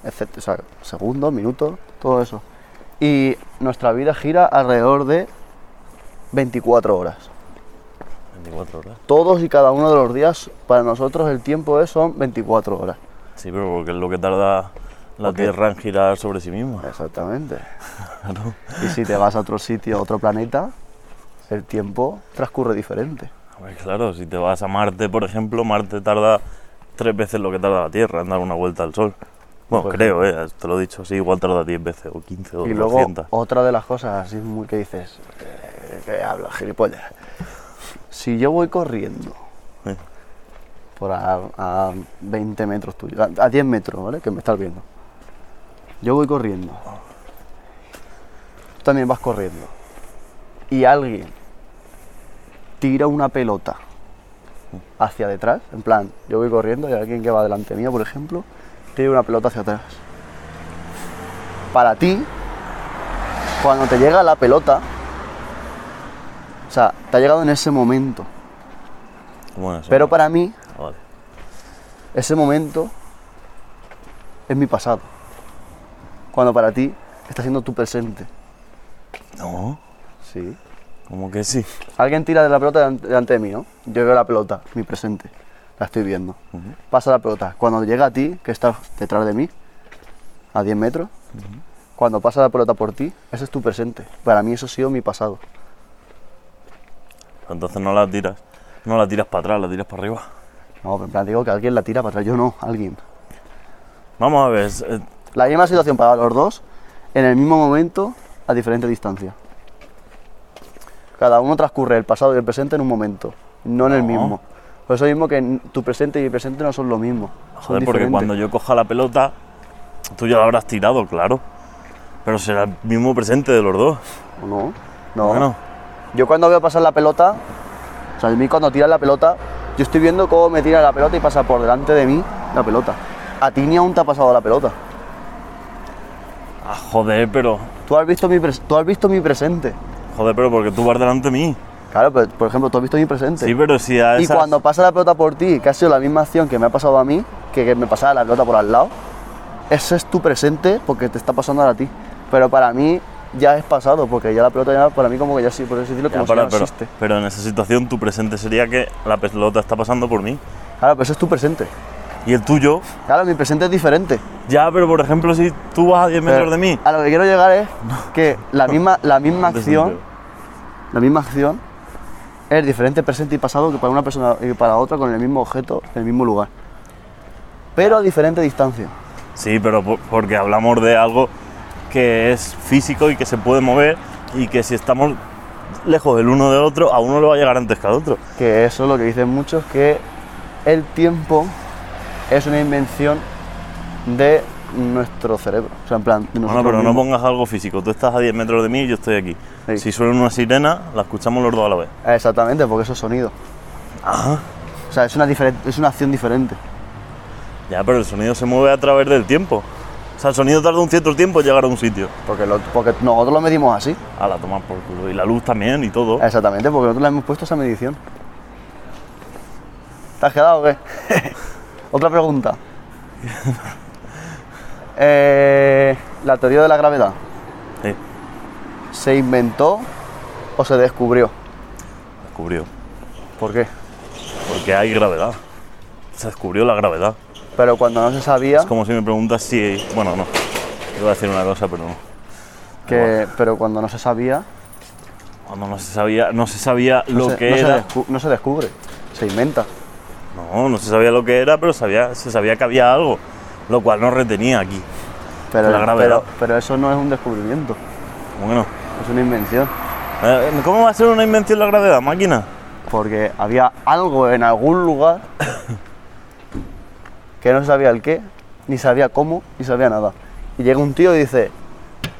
S1: etc. O sea, segundos, minutos, todo eso. Y nuestra vida gira alrededor de 24 horas.
S2: 24 horas.
S1: Todos y cada uno de los días, para nosotros el tiempo es, son 24 horas.
S2: Sí, pero porque es lo que tarda la
S1: Ok.
S2: Tierra en girar sobre sí misma.
S1: Exactamente.
S2: Claro.
S1: Y si te vas a otro sitio, a otro planeta, el tiempo transcurre diferente.
S2: Hombre, claro, si te vas a Marte, por ejemplo, Marte tarda tres veces lo que tarda la Tierra en dar una vuelta al Sol. Bueno,
S1: Pues sí.
S2: creo, eh, te lo he dicho, sí, igual tarda 10 veces o 15 o
S1: Y luego,
S2: 200.
S1: otra de las cosas así muy que dices, eh, ¿qué hablas, gilipollas? Si yo voy corriendo
S2: Eh.
S1: por a, a 20 metros tuyos, a, a 10 metros, ¿vale? Que me estás viendo. Yo voy corriendo. Tú también vas corriendo. Y alguien tira una pelota hacia detrás, en plan, yo voy corriendo y alguien que va delante mío, por ejemplo, tira una pelota hacia atrás. Para ti, cuando te llega la pelota, o sea, te ha llegado en ese momento.
S2: Bueno, eso-
S1: Pero para mí,
S2: Ah, vale.
S1: ese momento es mi pasado. Cuando para ti está siendo tu presente.
S2: No,
S1: Sí.
S2: ¿cómo que sí?
S1: Alguien tira de la pelota delan- delante de mí, ¿no? Yo veo la pelota, mi presente. La estoy viendo.
S2: Ujú.
S1: Pasa la pelota. Cuando llega a ti, que estás detrás de mí, a 10 metros, cuando pasa la pelota por ti, ese es tu presente. Para mí eso ha sido mi pasado.
S2: Entonces no la tiras, no la tiras para atrás, la tiras para arriba.
S1: No, pero en plan digo que alguien la tira para atrás. Yo no, alguien.
S2: Vamos a ver, es- eh,
S1: La misma situación para los dos, en el mismo momento, a diferente distancia. Cada uno transcurre el pasado y el presente en un momento, no en el
S2: No.
S1: mismo. Por eso mismo que n- tu presente y mi presente no son lo mismo. son
S2: joder, porque
S1: diferentes.
S2: cuando yo coja la pelota, tú ya la habrás tirado, claro. Pero será el mismo presente de los dos.
S1: ¿O No, no.
S2: Bueno,
S1: Yo cuando veo pasar la pelota, o sea, a mí cuando tira la pelota, yo estoy viendo cómo me tira la pelota y pasa por delante de mí la pelota. A ti ni aún te ha pasado la pelota.
S2: ah, joder, pero,
S1: Tú has visto mi, pres- tú has visto mi presente.
S2: joder, pero porque tú vas delante de mí.
S1: Claro, pero por ejemplo, tú has visto mi presente.
S2: Sí, pero si a
S1: Y
S2: esas-
S1: cuando pasa la pelota por ti, que ha sido la misma acción que me ha pasado a mí, que, que me pasaba la pelota por al lado, ese es tu presente porque te está pasando ahora a ti. Pero para mí ya es pasado, porque ya la pelota ya para mí como que ya sí, por así decirlo,
S2: Ya,
S1: como si
S2: para,
S1: no
S2: pero,
S1: existe.
S2: pero en esa situación tu presente sería que la pelota está pasando por mí.
S1: Claro, pero ese es tu presente.
S2: Y el tuyo,
S1: Claro, mi presente es diferente.
S2: ya, pero por ejemplo, si tú vas a 10 metros
S1: Pero
S2: de mí,
S1: A lo que quiero llegar es que la misma, la misma acción, la misma acción es diferente presente y pasado que para una persona y para otra con el mismo objeto, en el mismo lugar. Pero a diferente distancia.
S2: Sí, pero por- porque hablamos de algo que es físico y que se puede mover y que si estamos lejos el uno del otro, a uno le va a llegar antes que al otro.
S1: que eso lo que dicen muchos que el tiempo es una invención de nuestro cerebro, o sea, en plan de
S2: Bueno,
S1: nosotros
S2: pero no
S1: mismos.
S2: pongas algo físico. Tú estás a 10 metros de mí y yo estoy aquí.
S1: Sí.
S2: Si suena una sirena, la escuchamos los dos a la vez.
S1: Exactamente, porque eso es sonido.
S2: Ah,
S1: O sea, es una diferen- es una acción diferente.
S2: ya, pero el sonido se mueve a través del tiempo. O sea, el sonido tarda un cierto tiempo en llegar a un sitio.
S1: Porque, lo- porque nosotros lo medimos así.
S2: A la tomar por culo. Y la luz también y todo.
S1: Exactamente, porque nosotros le hemos puesto esa medición. ¿Te has quedado o qué? Otra pregunta. Eh, la teoría de la gravedad.
S2: Sí,
S1: ¿Se inventó o se descubrió?
S2: descubrió.
S1: ¿Por qué?
S2: Porque hay gravedad. Se descubrió la gravedad.
S1: Pero cuando no se sabía,
S2: Es como si me preguntas si. Bueno, no. Iba a decir una cosa, pero no.
S1: que, pero cuando no se sabía,
S2: Cuando no se sabía, no se sabía
S1: no
S2: lo
S1: se-
S2: que
S1: no se
S2: era.
S1: descu- no se descubre, se inventa.
S2: no, no se sabía lo que era, pero sabía, se sabía que había algo, lo cual no retenía aquí.
S1: Pero,
S2: la gravedad.
S1: pero, pero eso no es un descubrimiento,
S2: ¿Cómo que no?
S1: es una invención.
S2: Eh, ¿Cómo va a ser una invención la gravedad, máquina?
S1: Porque había algo en algún lugar que no sabía el qué, ni sabía cómo, ni sabía nada. Y llega un tío y dice,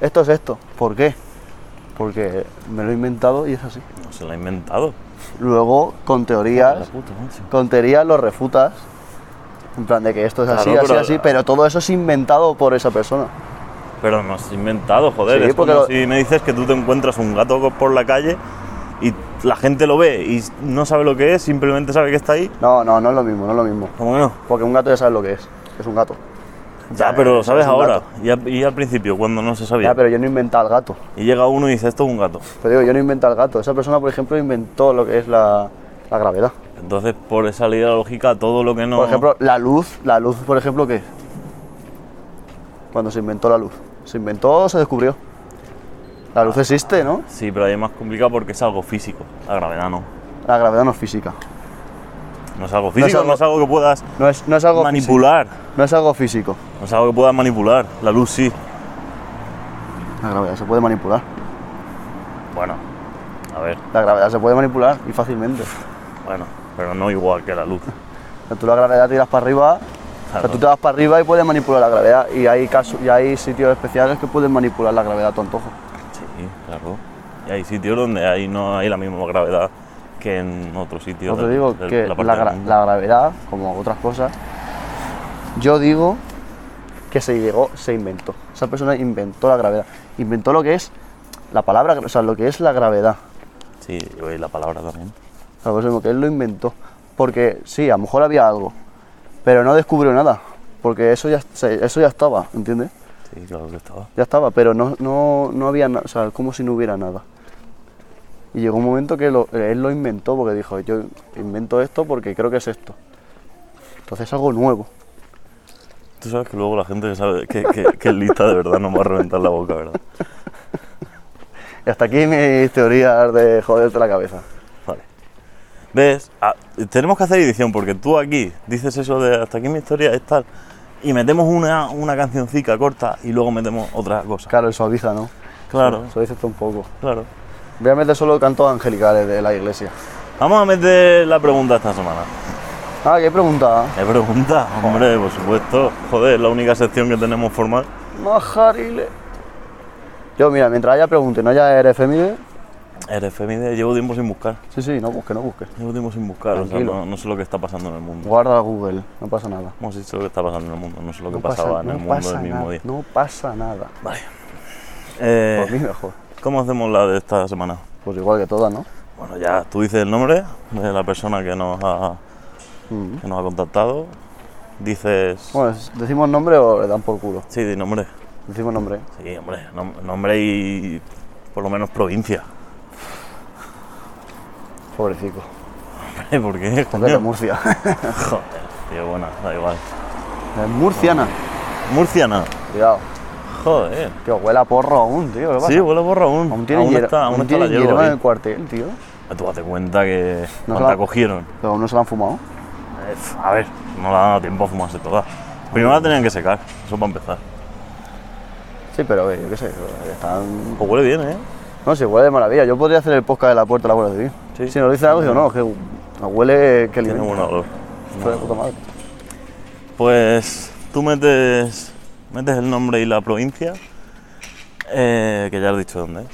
S1: esto es esto. ¿Por qué? Porque me lo he inventado y es así.
S2: No se la ha inventado.
S1: Luego, con
S2: La
S1: teorías,
S2: puta, macho.
S1: con teorías lo refutas. En plan de que esto es así,
S2: Claro,
S1: así,
S2: pero-
S1: así, pero todo eso es inventado por esa persona.
S2: Pero no has inventado, joder.
S1: Sí,
S2: es
S1: porque
S2: como
S1: lo-
S2: si me dices que tú te encuentras un gato co- por la calle y la gente lo ve y no sabe lo que es, simplemente sabe que está ahí.
S1: No, no, no es lo mismo, no es lo mismo.
S2: ¿Cómo que no?
S1: Porque un gato ya sabe lo que es, es un gato.
S2: Ya,
S1: Ya,
S2: pero lo
S1: eso
S2: sabes
S1: es un
S2: ahora. Y, al- y al principio, cuando no se sabía.
S1: Ya, pero yo no he inventado al gato.
S2: Y llega uno y dice, esto es un gato.
S1: Te digo, yo no invento al gato. Esa persona, por ejemplo, inventó lo que es la, la gravedad.
S2: Entonces, por esa ley de la lógica, todo lo que no...
S1: Por ejemplo, la luz, la luz, por ejemplo, ¿qué? es? Cuando se inventó la luz. ¿Se inventó o se descubrió? La luz existe, ¿no?
S2: Sí, pero ahí es más complicado porque es algo físico. La gravedad no.
S1: La gravedad no es física.
S2: No es algo físico, no es algo,
S1: algo-
S2: que puedas
S1: No es, no es algo
S2: manipular.
S1: físico. No es algo físico.
S2: No es algo que puedas manipular. La luz sí.
S1: La gravedad se puede manipular.
S2: Bueno, a ver,
S1: La gravedad se puede manipular y fácilmente.
S2: bueno. Pero no igual que la luz.
S1: O sea, tú la gravedad tiras para arriba, o sea,
S2: Claro.
S1: tú te vas para arriba y puedes manipular la gravedad. Y hay, casos, y hay sitios especiales que pueden manipular la gravedad a tu antojo.
S2: Sí, claro. Y hay sitios donde ahí no hay la misma gravedad que en otros
S1: Yo
S2: sitios.
S1: te
S2: del-
S1: digo
S2: del-
S1: que
S2: la
S1: la,
S2: parte del
S1: gra-
S2: mundo.
S1: la gravedad, como otras cosas, yo digo que se llegó, se inventó. Esa persona inventó la gravedad. Inventó lo que es la palabra, o sea, lo que es la gravedad.
S2: Sí, yo oí la palabra también.
S1: O sea, por eso digo que él lo inventó. Porque sí, a lo mejor había algo, pero no descubrió nada. Porque eso ya, se- eso ya estaba, ¿entiendes?
S2: Sí, claro que estaba.
S1: Ya estaba, pero no, no, no había nada, o sea, como si no hubiera nada. Y llegó un momento que lo- él lo inventó porque dijo, yo invento esto porque creo que es esto. Entonces es algo nuevo.
S2: Tú sabes que luego la gente que sabe que, que- que es lista de verdad no va a reventar la boca, ¿verdad?
S1: Y hasta aquí mis teorías de joderte la cabeza.
S2: Vale. ¿Ves? Ah, tenemos que hacer edición porque tú aquí dices eso de hasta aquí mi historia es tal. Y metemos una, una cancioncica corta y luego metemos otra cosa.
S1: Claro, el suaviza, ¿no?
S2: Claro,
S1: Suaviza esto un poco.
S2: claro.
S1: Voy a meter solo cantos angelicales de la iglesia.
S2: Vamos a meter la pregunta esta semana.
S1: Ah, qué pregunta.
S2: ¿Qué pregunta? Hombre, por supuesto. Joder, es la única sección que tenemos formal.
S1: Majarile. Yo, mira, mientras haya preguntas y no haya RFMIDE,
S2: Eres femide, llevo tiempo sin buscar.
S1: sí, sí, no busques, no busques.
S2: Llevo tiempo sin buscar, o sea,
S1: Tranquilo.
S2: no, no sé lo que está pasando en el mundo.
S1: Guarda Google, no pasa nada.
S2: Hemos sí sé lo que está pasando en el mundo, no sé lo que
S1: No pasa-
S2: pasaba en
S1: no
S2: el mundo
S1: pasa
S2: el mismo
S1: nada,
S2: día.
S1: No pasa nada.
S2: Vale. Eh,
S1: Por mí mejor.
S2: ¿Cómo hacemos la de esta semana?
S1: Pues igual que todas, ¿no?
S2: Bueno, ya tú dices el nombre de la persona que nos ha,
S1: Mm.
S2: que nos ha contactado. Dices.
S1: Bueno, ¿decimos nombre o le dan por culo?
S2: Sí, di nombre.
S1: Decimos nombre.
S2: Sí, hombre, nom- nombre y por lo menos provincia.
S1: Pobrecico.
S2: ¿Por qué?
S1: Porque es de
S2: Coño?
S1: Murcia.
S2: Joder, tío, bueno, da igual.
S1: es murciana.
S2: Murciana.
S1: Cuidado.
S2: Joder.
S1: Tío, huele a porro aún, tío. ¿Qué pasa?
S2: Sí, huele por aún.
S1: Aún tiene hierba,
S2: está, aún
S1: aún
S2: está
S1: tiene
S2: la hierba
S1: hierba en
S2: ahí.
S1: el cuartel, tío.
S2: Ah, Tú date cuenta que
S1: No
S2: cuánta
S1: la-
S2: cogieron.
S1: Pero aún no se la han fumado.
S2: Eh, A ver, no le ha dado tiempo a fumarse toda. Primero la tenían que secar, eso para empezar.
S1: Sí, pero eh, yo qué sé. eh, Están...
S2: Pues huele bien, ¿eh?
S1: No sé, huele de maravilla. Yo podría hacer el podcast de la puerta de la Guardia Civil.
S2: Sí.
S1: Si nos dicen algo, digo, no, es que huele que
S2: Tiene
S1: alimenta.
S2: buen olor.
S1: Fue de puta madre.
S2: Pues tú metes, metes el nombre y la provincia, eh, que ya has dicho dónde es.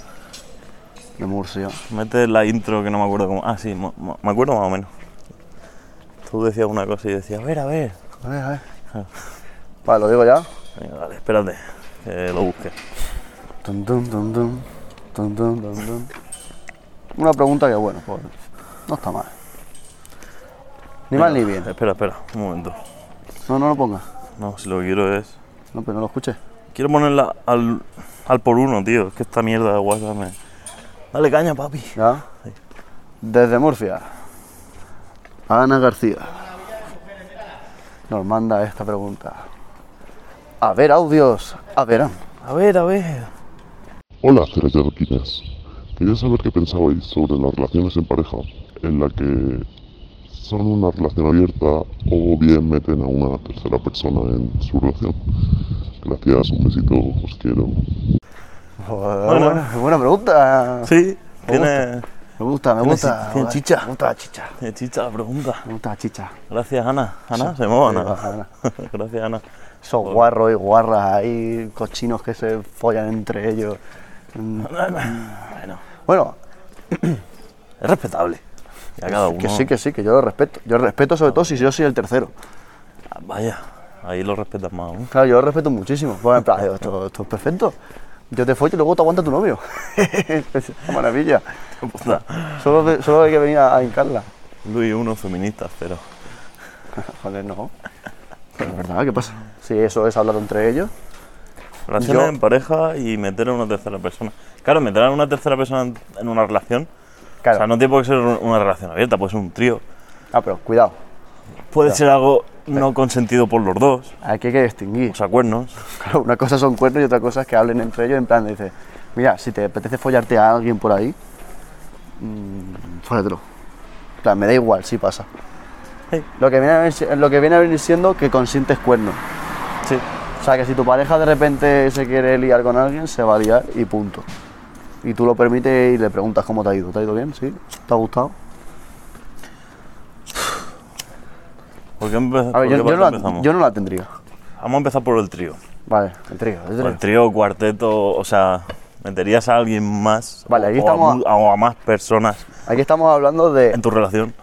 S1: De Murcia.
S2: Metes la intro que no me acuerdo cómo. Ah, sí, mo- mo- me acuerdo más o menos. Tú decías una cosa y yo decía, a ver, a ver.
S1: A ver, a ver.
S2: Ah.
S1: Vale, lo digo ya.
S2: Venga, vale, espérate, que lo busque.
S1: Tun, tun, tun, tun. Tun, tun, tun, tun. Una pregunta que, bueno, pues no está mal. Ni mal ni bien.
S2: Espera, espera, un momento.
S1: No, no lo pongas.
S2: No, si lo que quiero es.
S1: No, pero no lo escuches.
S2: Quiero ponerla al, al por uno, tío. Es que esta mierda de WhatsApp me. Dale caña, papi.
S1: ¿Ya?
S2: Sí.
S1: Desde Murcia. Ana García. Nos manda esta pregunta. A ver, audios. A ah, verán.
S2: A ver, a ver.
S3: Hola, seres de adoquines. Quería saber qué pensabais sobre las relaciones en pareja, en la que son una relación abierta o bien meten a una tercera persona en su relación. Gracias, un besito, os quiero.
S1: Bueno, buena pregunta.
S2: Sí, tiene,
S1: Me gusta, me
S2: Tiene
S1: gusta.
S2: chi- tiene chicha.
S1: Me gusta la chicha.
S2: tiene chicha la pregunta.
S1: Me gusta la chicha.
S2: Gracias, Ana. Ana, se llamaba
S1: Sí,
S2: Ana.
S1: Ana.
S2: Gracias, Ana.
S1: Esos guarros y guarras ahí, cochinos que se follan entre ellos. Mm,
S2: Bueno,
S1: Bueno,
S2: es respetable. Y a cada uno.
S1: que sí, que sí, que yo lo respeto. Yo lo respeto sobre todo si yo soy el tercero.
S2: Ah, Vaya, ahí lo respetas más aún.
S1: Claro, yo lo respeto muchísimo. Pues en plan, digo, esto, esto es perfecto. Yo te follo y luego te aguanta tu novio. Es una maravilla.
S2: Puta.
S1: Solo, de- solo hay que venir a, a hincarla.
S2: Luis, uno feminista, pero.
S1: Joder, no. Pero es verdad, ¿qué pasa? Sí, eso es hablar entre ellos.
S2: Relaciones
S1: Yo-
S2: en pareja y meter a una tercera persona. Claro, meter a una tercera persona en- en una relación.
S1: Claro.
S2: O sea, no tiene por qué ser un- una relación abierta, puede ser un trío.
S1: Ah, pero cuidado.
S2: Puede ser algo no consentido por los dos,
S1: Aquí hay que distinguir.
S2: o sea, cuernos.
S1: Claro, una cosa son cuernos y otra cosa es que hablen entre ellos en plan de dice, mira, si te apetece follarte a alguien por ahí, mmm, fóllatelo. En plan, me da igual, sí pasa.
S2: Sí.
S1: Lo, que viene a venir, lo que viene a venir siendo que consientes cuernos.
S2: Sí.
S1: O sea, que si tu pareja de repente se quiere liar con alguien, se va a liar y punto. Y tú lo permites y le preguntas cómo te ha ido. ¿Te ha ido bien? ¿Sí? ¿Te ha gustado?
S2: Pues ¿Por qué, empe-
S1: A
S2: por
S1: ver,
S2: qué
S1: yo, yo
S2: parte
S1: no la,
S2: empezamos?
S1: yo no la tendría.
S2: Vamos a empezar por el trío.
S1: Vale, el trío, el
S2: Por
S1: trío.
S2: el trío, cuarteto, o sea, meterías a alguien más.
S1: Vale, aquí
S2: o a
S1: estamos
S2: mu- o a más personas
S1: Aquí estamos hablando de
S2: en tu relación.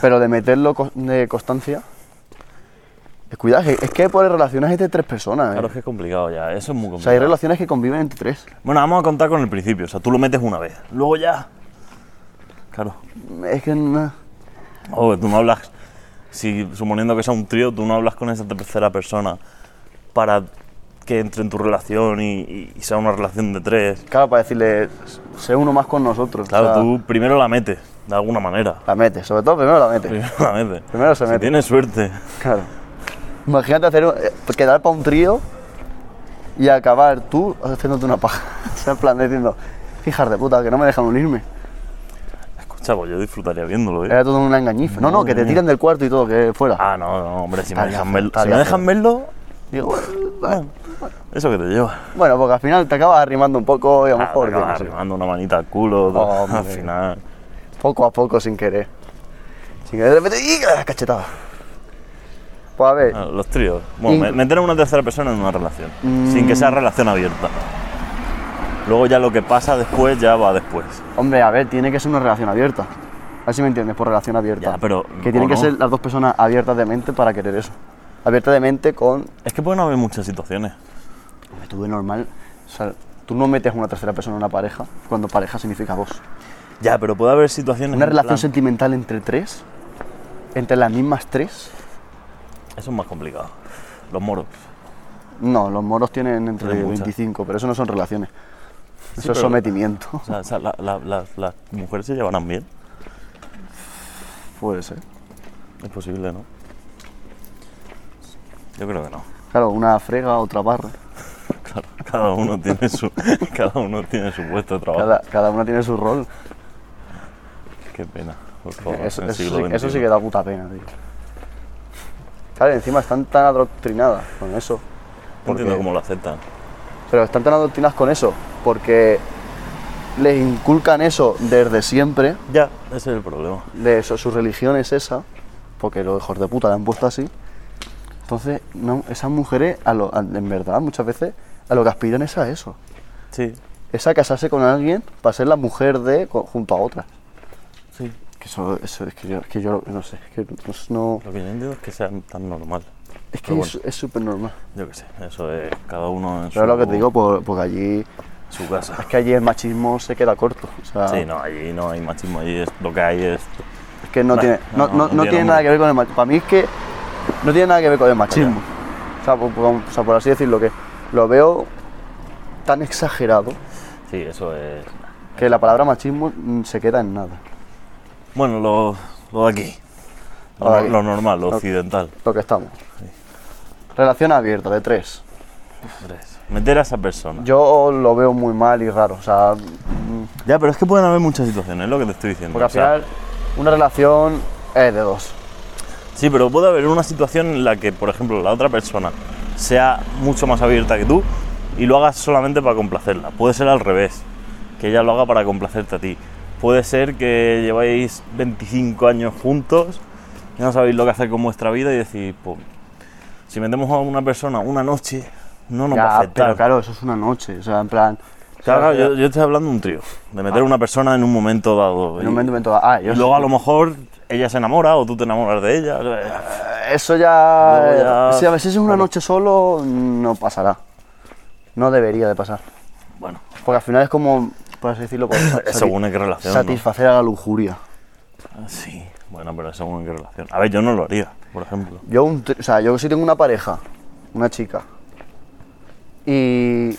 S1: Pero de meterlo co- de constancia. Eh, Cuidado, que- es que por relaciones hay de tres personas. eh.
S2: Claro, es que es complicado ya, eso es muy
S1: o sea, hay
S2: complicado.
S1: relaciones que conviven entre tres.
S2: bueno, vamos a contar con el principio, o sea, tú lo metes una vez, luego ya. Claro.
S1: Es que mm, no-
S2: O que tú no hablas, si suponiendo que sea un trío, tú no hablas con esa tercera persona para que entre en tu relación y, y- y sea una relación de tres.
S1: Claro, para decirle, sé uno más con nosotros.
S2: Claro,
S1: o sea,
S2: tú primero la metes, de alguna manera.
S1: La metes, sobre todo primero la metes.
S2: Primero la metes.
S1: Primero se
S2: Si
S1: mete.
S2: tienes suerte.
S1: Claro. Imagínate hacer, un- eh, quedar para un trío y acabar tú haciéndote una paja. o sea, en plan diciendo, fíjate de puta, que no me dejan unirme.
S2: Escucha, pues yo disfrutaría viéndolo, ¿eh?
S1: Era todo una engañifa. No, no, que te tiran del cuarto y todo, que fuera.
S2: Ah, no, no, hombre, si me
S1: Estaría
S2: dejan
S1: feo,
S2: verlo, si
S1: estaría
S2: me dejan
S1: feo.
S2: verlo,
S1: Digo, bueno,
S2: eso que te lleva.
S1: bueno, porque al final te acabas arrimando un poco y a lo
S2: Ah, te
S1: mejor. yo qué
S2: acabas
S1: sé.
S2: arrimando una manita al culo, todo,
S1: Hombre.
S2: al final.
S1: poco a poco sin querer. Sin querer, de repente, ¡y! ¡Ah! cachetada. Pues a ver,
S2: Ah, Los tríos. Bueno, me-
S1: Inc- Mm.
S2: meter a una tercera persona en una relación, sin que sea relación abierta. Luego ya lo que pasa después ya va después.
S1: hombre, a ver, tiene que ser una relación abierta. A ver si me entiendes, por relación abierta.
S2: Ya, pero-
S1: Que tienen
S2: o
S1: que
S2: no.
S1: ser las dos personas abiertas de mente para querer eso. Abiertas de mente con.
S2: Es que pueden haber muchas situaciones.
S1: Hombre, tú de normal. O sea, tú no metes a una tercera persona en una pareja cuando pareja significa dos.
S2: Ya, pero puede haber situaciones.
S1: Una
S2: en
S1: relación
S2: plan-
S1: sentimental entre tres, entre las mismas tres.
S2: Eso es más complicado. Los moros.
S1: No, los moros tienen entre
S2: Tienen muchas.
S1: 25, pero eso no son relaciones. Eso es
S2: pero-
S1: sometimiento.
S2: O sea, o sea, la- la- la- las mujeres se llevarán bien.
S1: Puede ser.
S2: Es posible, ¿no? Yo creo que no.
S1: Claro, una frega, otra barra.
S2: Claro, cada uno tiene su, cada uno tiene su puesto de trabajo.
S1: Cada, cada una tiene su rol. Eh,
S2: Qué pena, por favor.
S1: eso,
S2: en el
S1: eso
S2: siglo
S1: sí, eso
S2: XXI.
S1: sí que da puta pena, tío. Claro, y encima están tan adoctrinadas con eso.
S2: No entiendo
S1: porque-
S2: cómo lo aceptan.
S1: Pero están tan adoctrinadas con eso porque les inculcan eso desde siempre.
S2: Ya, ese es el problema.
S1: De eso, su religión es esa, porque los hijos de puta la han puesto así. Entonces, no, esas mujeres, a lo- a- en verdad, muchas veces, a lo que aspiran es a eso.
S2: Sí,
S1: Es a casarse con alguien para ser la mujer de co- junto a otras.
S2: sí.
S1: Que eso, eso es que yo, que yo no sé, es que no- no.
S2: Lo que yo entiendo es que sea tan normal.
S1: Es que
S2: Pero
S1: es- es súper normal.
S2: Yo qué sé, eso es cada uno en
S1: Pero
S2: su,
S1: lo que te digo, por- porque allí.
S2: su casa.
S1: Es que allí el machismo se queda corto. O sea,
S2: Sí, no, allí no hay machismo, allí es, lo que hay es...
S1: es que no
S2: Nah,
S1: tiene, no,
S2: no,
S1: no-
S2: no
S1: no
S2: tiene
S1: tiene
S2: nombre.
S1: nada que ver con el machismo. Para mí es que no tiene nada que ver con el machismo. O sea, por, por- o sea, por así decirlo, que lo veo tan exagerado
S2: Sí, eso es...
S1: que la palabra machismo mm, se queda en nada.
S2: Bueno, lo, lo de aquí.
S1: Lo de
S2: Lo,
S1: aquí.
S2: lo normal, lo occidental.
S1: Lo que estamos. Relación abierta de tres.
S2: Tres. Meter a esa persona.
S1: Yo lo veo muy mal y raro. O sea, mm,
S2: Ya, pero es que pueden haber muchas situaciones, es lo que te estoy diciendo.
S1: porque al
S2: o sea,
S1: final una relación es de dos.
S2: Sí, pero puede haber una situación en la que, por ejemplo, la otra persona sea mucho más abierta que tú y lo hagas solamente para complacerla. Puede ser al revés, que ella lo haga para complacerte a ti. Puede ser que lleváis 25 años juntos, ya no sabéis lo que hacer con vuestra vida y decís, pues, si metemos a una persona una noche, no nos va a
S1: Ya,
S2: afectar.
S1: pero claro, eso es una noche. O sea, en plan.
S2: Claro, claro,
S1: ¿sabes?
S2: yo, yo estoy hablando de un trío, de meter a una persona en un momento dado.
S1: Ah. En
S2: y-
S1: un momento dado- Ah, yo
S2: y luego a lo mejor ella se enamora o tú te enamoras de ella.
S1: Eh, Eso ya.
S2: Luego ya-
S1: Si a veces es una
S2: Bueno.
S1: noche solo, no pasará. No debería de pasar.
S2: Bueno,
S1: Porque al final es como, por así decirlo, como sa-
S2: según
S1: sati-
S2: en qué relación. ¿no? Ah,
S1: satisfacer a la lujuria.
S2: Sí, bueno, pero según en qué relación. A ver, yo no lo haría, por ejemplo.
S1: Yo, un tr- o sea, yo si tengo una pareja, una chica, y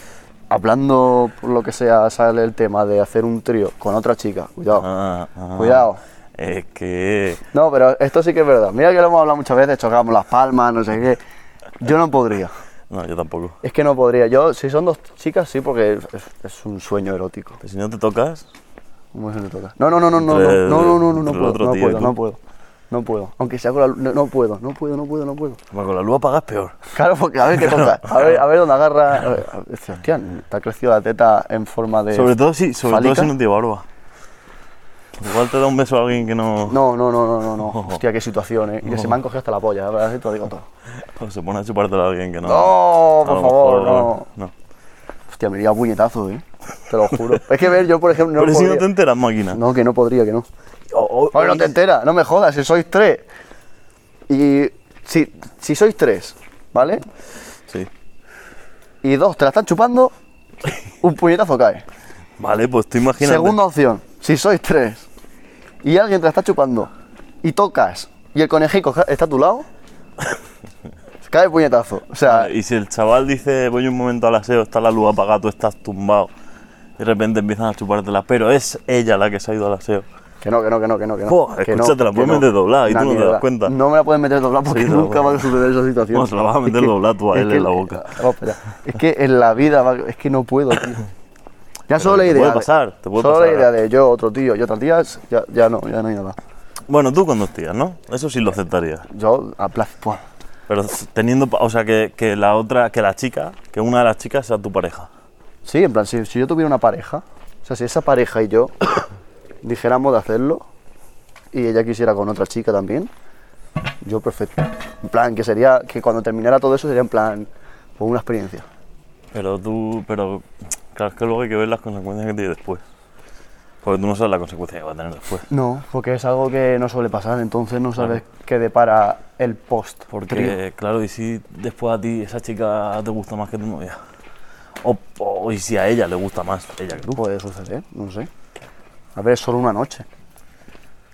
S1: hablando por lo que sea, sale el tema de hacer un trío con otra chica, cuidado.
S2: Ah, ah.
S1: Oh, Cuidado.
S2: Es que.
S1: No, pero esto sí que es verdad. Mira que lo hemos hablado muchas veces, chocamos las palmas, no sé qué. Yo no podría.
S2: No, yo tampoco.
S1: Es que no podría. Yo, si son dos chicas, sí, porque es, es un sueño erótico.
S2: Pero si no te tocas,
S1: ¿Cómo se le toca? No, no, no, no, no, no,
S2: Entre-
S1: no, no, no, no, no
S2: entre el
S1: puedo,
S2: otro
S1: no
S2: tío y
S1: puedo,
S2: tú.
S1: no puedo, no puedo. Aunque sea con la luz, no, no puedo, no puedo, no puedo, no puedo.
S2: bueno, con la luz apagas peor.
S1: Claro, porque a ver qué toca, a ver, a ver dónde agarra. a ver, a ver, dice, hostia, te ha crecido la teta en forma de.
S2: Sobre todo si, sobre todo
S1: fálica.
S2: si no tiene barba. Igual te da un beso a alguien que no.
S1: No, no, no, no, no, no. Hostia, qué situación, eh. Y se me han cogido hasta la polla, la verdad, así te lo digo todo.
S2: o se pone a chupártelo a alguien que no.
S1: No, por
S2: Ah, a lo
S1: favor,
S2: mejor, no.
S1: Hostia, me iría a puñetazo, eh. Te lo juro. Es que ver, yo por ejemplo no
S2: pero si no
S1: podría.
S2: te enteras, máquina.
S1: No, que no podría, que no.
S2: O- o-
S1: Joder, no te enteras, no me jodas, si sois tres. Y si, si sois tres, ¿vale?
S2: Sí.
S1: y dos te la están chupando, un puñetazo cae.
S2: Vale, pues tú imagínate.
S1: Segunda opción, si sois tres y alguien te la está chupando y tocas y el conejico ca- está a tu lado, cae puñetazo. O sea,
S2: Y si el chaval dice, voy un momento al aseo, está la luz apagada, tú estás tumbado, y de repente empiezan a chupártela, pero es ella la que se ha ido al aseo.
S1: que no, que no, que no, que no. Que no
S2: Jo,
S1: que
S2: escucha, te la
S1: que
S2: puedes meter doblada y
S1: Una
S2: tú no te das cuenta.
S1: No me la puedes meter doblada porque
S2: Sí, te la
S1: nunca va a
S2: puedes-
S1: suceder esa situación.
S2: Bueno, se la vas a
S1: Es
S2: meter
S1: que-
S2: doblada tú a
S1: es
S2: él
S1: que-
S2: en la boca.
S1: Oh, espera. Es que en la vida, va- es que no puedo, tío. Ya solo la
S2: te
S1: idea.
S2: puede
S1: de-
S2: pasar, te puede
S1: solo la
S2: pasar.
S1: idea de yo, otro tío y otra tía, ya, ya no, ya no hay nada.
S2: Bueno, tú con dos tías, ¿no? Eso sí lo aceptarías.
S1: Yo, a placer. buah.
S2: Pero teniendo, pa- o sea, que, que la otra, que la chica, que una de las chicas sea tu pareja.
S1: Sí, en plan, si, si yo tuviera una pareja, o sea, si esa pareja y yo dijéramos de hacerlo y ella quisiera con otra chica también, yo perfecto. En plan, que sería, que cuando terminara todo eso sería en plan, pues una experiencia.
S2: Pero tú, pero claro, es que luego hay que ver las consecuencias que tiene después. Porque tú no sabes la consecuencia que va a tener después.
S1: No, porque es algo que no suele pasar, entonces no sabes qué depara el post.
S2: Porque,
S1: trío.
S2: claro, y si después a ti esa chica te gusta más que tu novia. O, o- y si a ella le gusta más ella que tú.
S1: puede suceder, no sé. A ver, es solo una noche.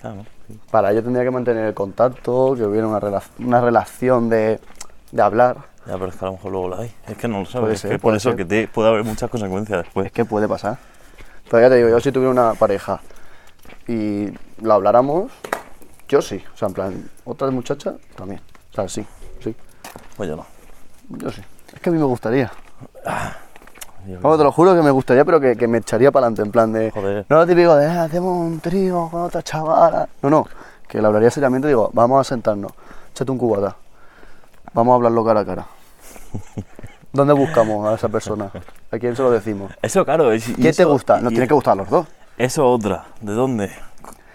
S2: Claro, sí.
S1: Para ello tendría que mantener el contacto, que hubiera una, rela- una relación de, de hablar.
S2: Ya, pero es que a lo mejor luego la hay. Es que no lo sabes.
S1: Puede
S2: es
S1: ser,
S2: que por
S1: puede
S2: eso
S1: ser.
S2: que te, puede haber muchas consecuencias después.
S1: Es que puede pasar. Pero ya te digo, yo si tuviera una pareja y la habláramos, yo sí. O sea, en plan, otra muchacha también. O sea, sí, sí,
S2: Pues yo no.
S1: yo sí. Es que a mí me gustaría.
S2: Yo
S1: Vamos, te lo juro que me gustaría, pero que, que me echaría para adelante, en plan de...
S2: Joder.
S1: No lo típico de, "Eh, hacemos un trío con otra chavala. No, no, que la hablaría seriamente, digo, vamos a sentarnos, échate un cubata. Vamos a hablarlo cara a cara. ¿Dónde buscamos a esa persona? ¿A quién se lo decimos?
S2: Eso, claro. Es, y
S1: ¿Qué te
S2: eso-
S1: gusta?
S2: y-
S1: Nos
S2: y-
S1: tiene que gustar a los dos.
S2: Eso otra. ¿De dónde?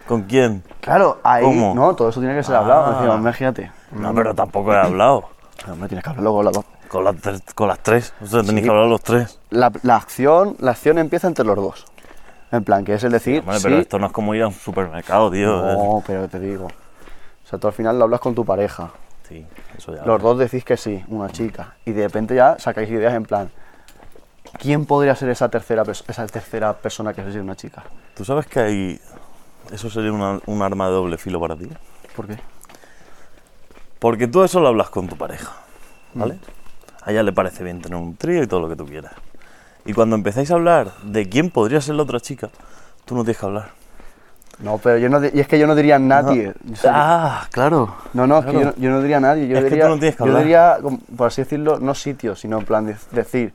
S2: ¿Con quién?
S1: Claro, ahí.
S2: ¿Cómo?
S1: No, todo eso tiene que ser
S2: Ah.
S1: hablado. Encima, imagínate.
S2: No, pero tampoco he hablado.
S1: Pero hombre, tienes que hablar luego. La,
S2: Con las, tres- con las tres. O sea, tenéis que hablar los tres.
S1: la, la acción, la acción empieza entre los dos. En plan, que es el decir.
S2: Hombre,
S1: sí,
S2: pero esto no es como ir a un supermercado, tío.
S1: No, pero te digo. O sea, tú al final lo hablas con tu pareja.
S2: Sí, eso ya.
S1: Los dos decís que sí, una chica. Y de repente ya sacáis ideas en plan. ¿Quién podría ser esa tercera, pers- esa tercera persona que sea una chica?
S2: ¿Tú sabes que hay... Eso sería una- un arma de doble filo para ti?
S1: ¿Por qué?
S2: Porque tú eso lo hablas con tu pareja,
S1: Mm.
S2: ¿vale? A ella le parece bien tener un trío y todo lo que tú quieras. Y cuando empezáis a hablar de quién podría ser la otra chica, tú no tienes que hablar.
S1: No, pero yo no. di- Y es que yo no diría a nadie. O sea,
S2: Ah, claro.
S1: No, no, es que
S2: Claro.
S1: yo, no- yo no diría a nadie. Yo
S2: Es que
S1: diría,
S2: tú no tienes
S1: yo
S2: que hablar.
S1: diría, como- por así decirlo, no sitio, sino en plan de- decir,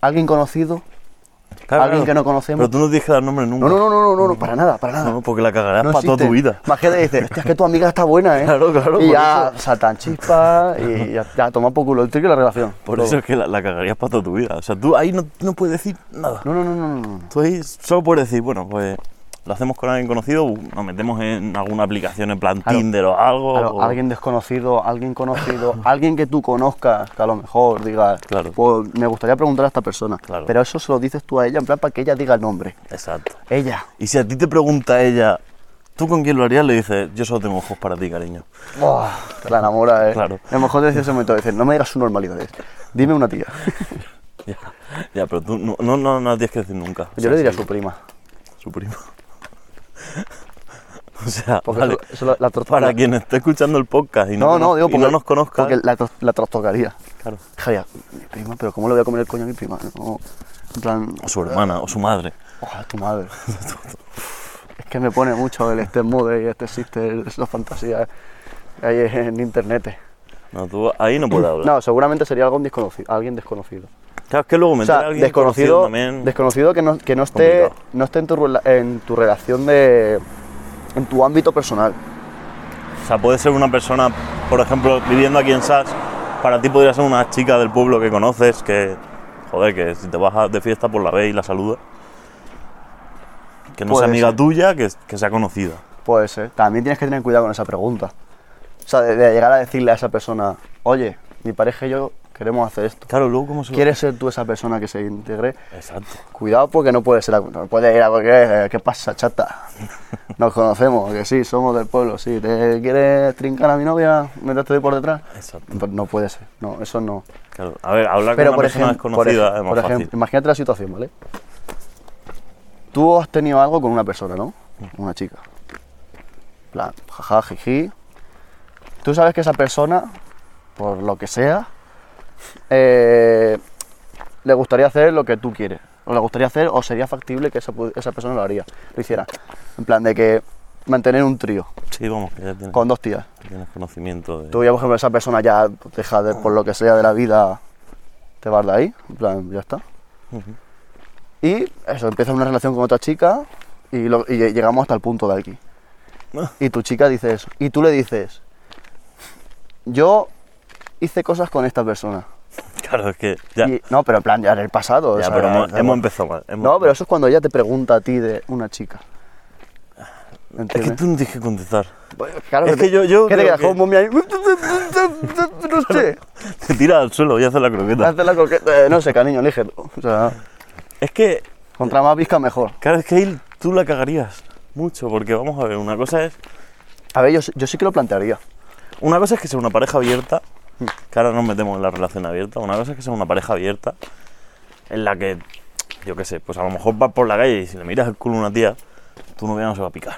S1: alguien conocido
S2: Ah, Claro,
S1: alguien
S2: claro.
S1: que no conocemos.
S2: Pero tú no tienes que dar nombre nunca.
S1: No, no, no, no, no, no, no, para nada, para nada.
S2: No, porque la cagarás para toda
S1: existe.
S2: tu vida.
S1: Más que te dice, hostia, es que tu amiga está buena, ¿eh?
S2: Claro, claro,
S1: Y
S2: por
S1: ya saltan chispas y ya, ya toma por culo el trigo y la relación.
S2: Por
S1: Todo.
S2: eso es que la, la cagarías para toda tu vida. O sea, tú ahí no, no puedes decir nada.
S1: No, no, no, no, no.
S2: Tú ahí solo puedes decir, bueno, pues lo hacemos con alguien conocido, nos metemos en alguna aplicación en plan
S1: Claro.
S2: Tinder o algo.
S1: Claro,
S2: o-
S1: alguien desconocido, alguien conocido, alguien que tú conozcas, que a lo mejor digas,
S2: Claro.
S1: pues me gustaría preguntar a esta persona.
S2: Claro.
S1: Pero eso se lo dices tú a ella, en plan, para que ella diga el nombre.
S2: Exacto.
S1: Ella.
S2: Y si a ti te pregunta ella, ¿tú con quién lo harías? Le dices, yo solo tengo ojos para ti, cariño.
S1: Buah, la enamora, ¿eh?
S2: Claro.
S1: A lo mejor te decía ese momento, dices, no me digas sus normalidades, dime una tía.
S2: Ya, ya pero tú no, no, no, no la tienes que decir nunca. O
S1: Yo
S2: sea,
S1: le diría a
S2: sí,
S1: su prima.
S2: su primo. o sea,
S1: Porque
S2: vale,
S1: eso- eso la- la tortura.
S2: para quien esté escuchando el podcast y no,
S1: No, no, digo,
S2: y
S1: porque
S2: no nos conozca,
S1: Porque la, tros- la trastocaría.
S2: claro,
S1: Javier, mi prima, pero ¿cómo le voy a comer el coño a mi prima? No, en plan,
S2: o su hermana o su madre.
S1: ojalá tu madre. es que me pone mucho el este mode y este sister, esas fantasías que hay eh, en internet.
S2: No, tú ahí no puedes hablar.
S1: No, seguramente sería algo desconocido, alguien desconocido.
S2: Claro, es que luego
S1: O
S2: meter a
S1: sea,
S2: alguien
S1: desconocido,
S2: conocido también.
S1: desconocido que no, que no esté,
S2: complicado.
S1: no esté en, tu, rela- en tu relación de... en tu ámbito personal.
S2: O sea, puede ser una persona, por ejemplo, viviendo aquí en Sas, para ti podría ser una chica del pueblo que conoces, que, joder, que si te vas a- de fiesta, pues la ves y la saludas. Que no
S1: Puede
S2: sea amiga
S1: ser.
S2: tuya, que, que sea conocida.
S1: Puede ser. También tienes que tener cuidado con esa pregunta. O sea, de, de llegar a decirle a esa persona, oye, mi pareja y yo queremos hacer esto.
S2: Claro, luego cómo se lo-
S1: ¿Quieres ser tú esa persona que se integre?
S2: Exacto.
S1: Cuidado porque no puede ser, a- no puede ir a porque, ¿qué pasa, chata? Nos conocemos, que sí, somos del pueblo, sí. ¿Te quieres trincar a mi novia mientras te doy por detrás?
S2: Exacto.
S1: Pues No puede ser, no, eso no.
S2: Claro. A ver, hablar con una persona
S1: ejem- por
S2: desconocida
S1: ejem-
S2: es más
S1: por
S2: fácil.
S1: ejemplo, imagínate la situación, ¿vale? Tú has tenido algo con una persona, ¿no? Una chica. En plan, jaja, jiji. Tú sabes que esa persona, por lo que sea, eh, le gustaría hacer lo que tú quieres. O le gustaría hacer, o sería factible que esa, pu- esa persona lo haría, lo hiciera. En plan, de que mantener un trío
S2: Sí, vamos, que ya tienes,
S1: con dos tías.
S2: que tienes conocimiento de...
S1: Tú ya, por ejemplo, esa persona ya deja de, por lo que sea de la vida, te vas de ahí, en plan, ya está.
S2: Ujú.
S1: Y eso, empieza una relación con otra chica y, lo- y lle- llegamos hasta el punto de aquí.
S2: Ah.
S1: Y tu chica dice eso. Y tú le dices, yo hice cosas con esta persona.
S2: Claro, es que ya,
S1: Y- no, pero en plan, ya en el pasado. o
S2: ya,
S1: sea,
S2: pero hemos,
S1: hacemos-
S2: hemos empezado mal. hemos-
S1: No, pero eso es cuando ella te pregunta a ti de una chica.
S2: Es que
S1: ¿Entiendes?
S2: tú no tienes que contestar.
S1: Bueno, claro
S2: es que
S1: te-
S2: yo- yo
S1: ¿Qué te
S2: creo
S1: quedas
S2: que-
S1: como un momia ahí? No sé.
S2: Te tiras al suelo y haces la croqueta.
S1: Hacer la croqueta. Eh, No sé, cariño, elige tú. O sea,
S2: Es que
S1: contra más visca mejor.
S2: Claro, es que ahí tú la cagarías mucho, porque vamos a ver, una cosa es
S1: A ver, yo, sí- yo sí que lo plantearía.
S2: una cosa es que sea una pareja abierta, que ahora nos metemos en la relación abierta, una cosa es que sea una pareja abierta en la que, yo qué sé, pues a lo mejor vas por la calle y si le miras el culo a una tía, tu novia no se va a picar,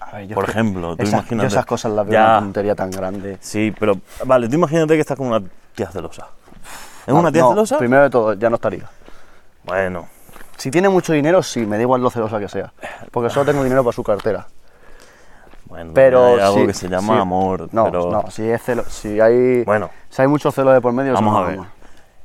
S1: A ver, yo
S2: por
S1: es que-
S2: ejemplo, tú
S1: Esas-
S2: imagínate.
S1: Yo esas cosas las veo una
S2: ya,
S1: tontería tan grande.
S2: Sí, pero, vale, tú imagínate que estás con una tía celosa. ¿Es una tía
S1: Ah, No,
S2: celosa?
S1: Primero de todo, ya no estaría.
S2: Bueno,
S1: Si tiene mucho dinero, sí, me da igual lo celosa que sea. Porque solo tengo dinero para su cartera.
S2: bueno,
S1: Pero
S2: hay algo
S1: si-
S2: que se llama
S1: si-
S2: amor,
S1: No,
S2: pero...
S1: no, si, es celo, si, hay,
S2: Bueno.
S1: si hay mucho celo de por medio, eso
S2: Vamos
S1: no
S2: a
S1: es
S2: ver.
S1: normal.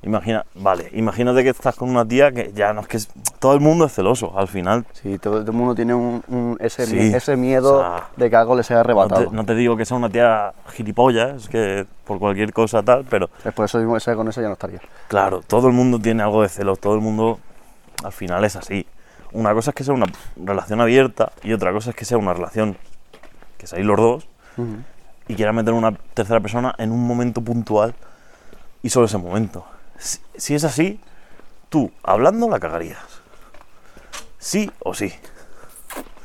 S2: Imagina, vale, imagínate que estás con una tía que ya no es que es- todo el mundo es celoso, al final.
S1: Si todo todo el mundo tiene un, un- ese,
S2: Sí,
S1: mie- ese miedo
S2: o sea,
S1: de que algo le sea
S2: No
S1: arrebatado.
S2: te, no te digo que sea una tía gilipollas, que por cualquier cosa tal, pero
S1: Es Pues por eso mismo ese, con eso ya no estaría.
S2: claro, todo el mundo tiene algo de celos, todo el mundo al final es así. Una cosa es que sea una relación abierta y otra cosa es que sea una relación que seáis los dos y quieras meter una tercera persona en un momento puntual y solo ese momento. Si, si es así, tú hablando la cagarías. Sí o sí.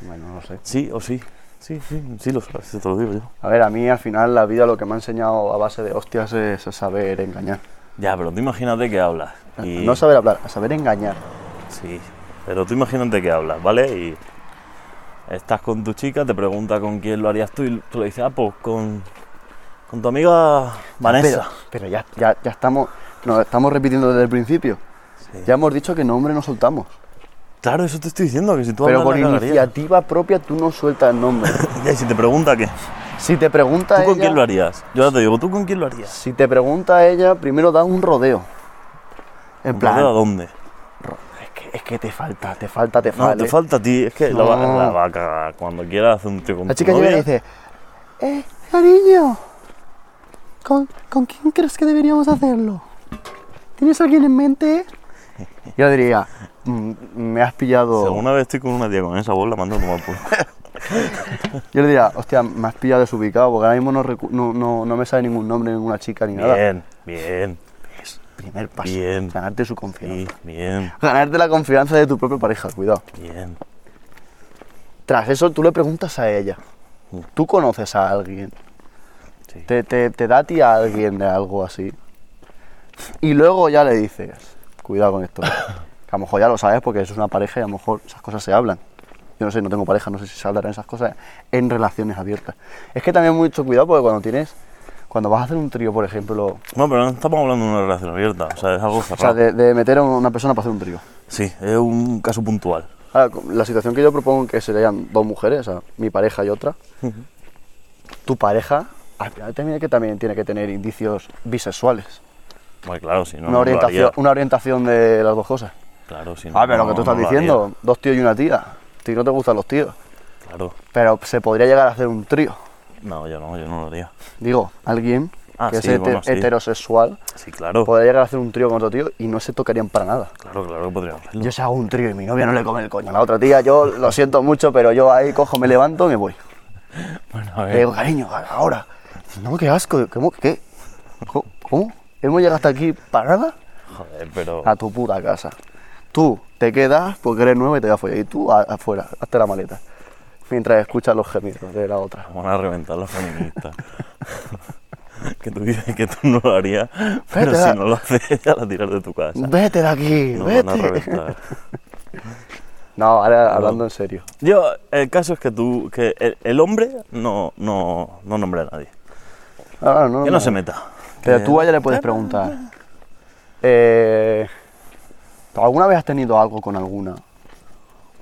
S1: Bueno, no sé.
S2: Sí o sí. Sí, sí, sí lo sabes, te lo digo yo.
S1: A ver, a mí al final la vida lo que me ha enseñado a base de hostias es a saber engañar.
S2: Ya, pero tú imagínate que hablas. Y...
S1: No saber hablar, a saber engañar.
S2: Sí, pero tú imagínate que hablas, ¿vale? Y estás con tu chica, te pregunta con quién lo harías tú y tú le dices, ah, pues con, con tu amiga
S1: Pero,
S2: Vanessa.
S1: pero ya, ya, ya estamos, nos estamos repitiendo desde el principio.
S2: Sí.
S1: Ya hemos dicho que nombre no soltamos.
S2: Claro, eso te estoy diciendo, que si tú
S1: pero
S2: hablas
S1: por
S2: la cagarías.
S1: iniciativa propia tú no sueltas el nombre.
S2: Ya, y si te pregunta qué,
S1: si te pregunta
S2: ¿tú con
S1: ella-
S2: quién lo harías? Yo ahora te digo, ¿tú con quién lo harías?
S1: Si te pregunta ella, primero da un rodeo. En
S2: ¿Un
S1: plan,
S2: rodeo ¿A dónde?
S1: es que es que te falta, te falta, te
S2: No,
S1: falta.
S2: te
S1: ¿eh?
S2: falta a ti. Es que la, va-
S1: No.
S2: la vaca, cuando quiera hacer un tío con
S1: La
S2: tu
S1: chica llega y
S2: novia,
S1: dice, eh, cariño, ¿con, con quién crees que deberíamos hacerlo? ¿Tienes a alguien en mente? Yo diría, "Mm, me has
S2: Si
S1: pillado...
S2: alguna vez estoy con una tía con esa voz, la mando a tomar por.
S1: Yo le diría, hostia, me has pillado desubicado, porque ahora mismo no, recu- no, no, no me sale ningún nombre, ninguna chica, ni nada.
S2: Bien, bien,
S1: Es primer paso,
S2: Bien.
S1: ganarte su confianza.
S2: sí, bien,
S1: Ganarte la confianza de tu propia pareja, cuidado.
S2: bien.
S1: Tras eso, tú le preguntas a ella.
S2: Mm.
S1: Tú conoces a alguien.
S2: Sí.
S1: Te, te- te da a ti a alguien de algo así. Y luego ya le dices, cuidado con esto. Que a lo mejor ya lo sabes porque eso es una pareja y a lo mejor esas cosas se hablan. Yo no sé, no tengo pareja, no sé si se hablarán esas cosas en relaciones abiertas. Es que también mucho cuidado porque cuando tienes, cuando vas a hacer un trío, por ejemplo,
S2: No, pero no estamos hablando de una relación abierta, o sea, es algo
S1: o sea,
S2: cerrado.
S1: de, de meter a una persona para hacer un trío.
S2: Sí, es un caso puntual.
S1: Ahora, con- la situación que yo propongo que serían dos mujeres, o sea, mi pareja y otra. Tu pareja al final también, que también tiene que tener indicios bisexuales.
S2: Bueno, claro, si no.
S1: una,
S2: no lo haría.
S1: orientación, una orientación de las dos cosas.
S2: Claro, si no.
S1: Ah, pero lo que
S2: no-
S1: tú estás
S2: no lo haría.
S1: diciendo, dos tíos y una tía. A ti no te gustan los tíos.
S2: Claro.
S1: Pero se podría llegar a hacer un trío.
S2: No, yo no, yo no lo haría.
S1: Digo, alguien
S2: Ah,
S1: que
S2: sí,
S1: es hete-
S2: bueno, sí.
S1: heterosexual
S2: Sí, claro.
S1: podría llegar a hacer un trío con otro tío y no se tocarían para nada.
S2: Claro, claro que podríamos hacerlo.
S1: Yo si hago un trío y mi novia no le come el coño a la otra tía, yo lo siento mucho, pero yo ahí cojo, me levanto y me voy.
S2: Eh. Bueno, a
S1: Le
S2: ver.
S1: digo, cariño, ahora. Dice, No, qué asco. ¿Cómo? ¿Qué? Co- ¿Cómo? ¿Hemos llegado hasta aquí parada?
S2: Joder, pero.
S1: A tu puta casa. Tú te quedas porque eres nueva y te vas a follar. Y tú a- afuera, hazte la maleta. Mientras escuchas los gemidos de la otra.
S2: Van a reventar los feministas. que tú dices que tú no lo harías, pero
S1: Vete a-
S2: si no lo haces, ella la tiras de tu casa.
S1: Vete de aquí,
S2: No van a
S1: vete.
S2: reventar.
S1: No, ahora hablando en serio.
S2: Yo, el caso es que tú, que el, el hombre no, no, no nombra a nadie.
S1: Ahora Ah, no,
S2: que
S1: no.
S2: no se meta.
S1: Pero
S2: Que-
S1: tú a ella le puedes preguntar. eh, ¿tú ¿Alguna vez has tenido algo con alguna?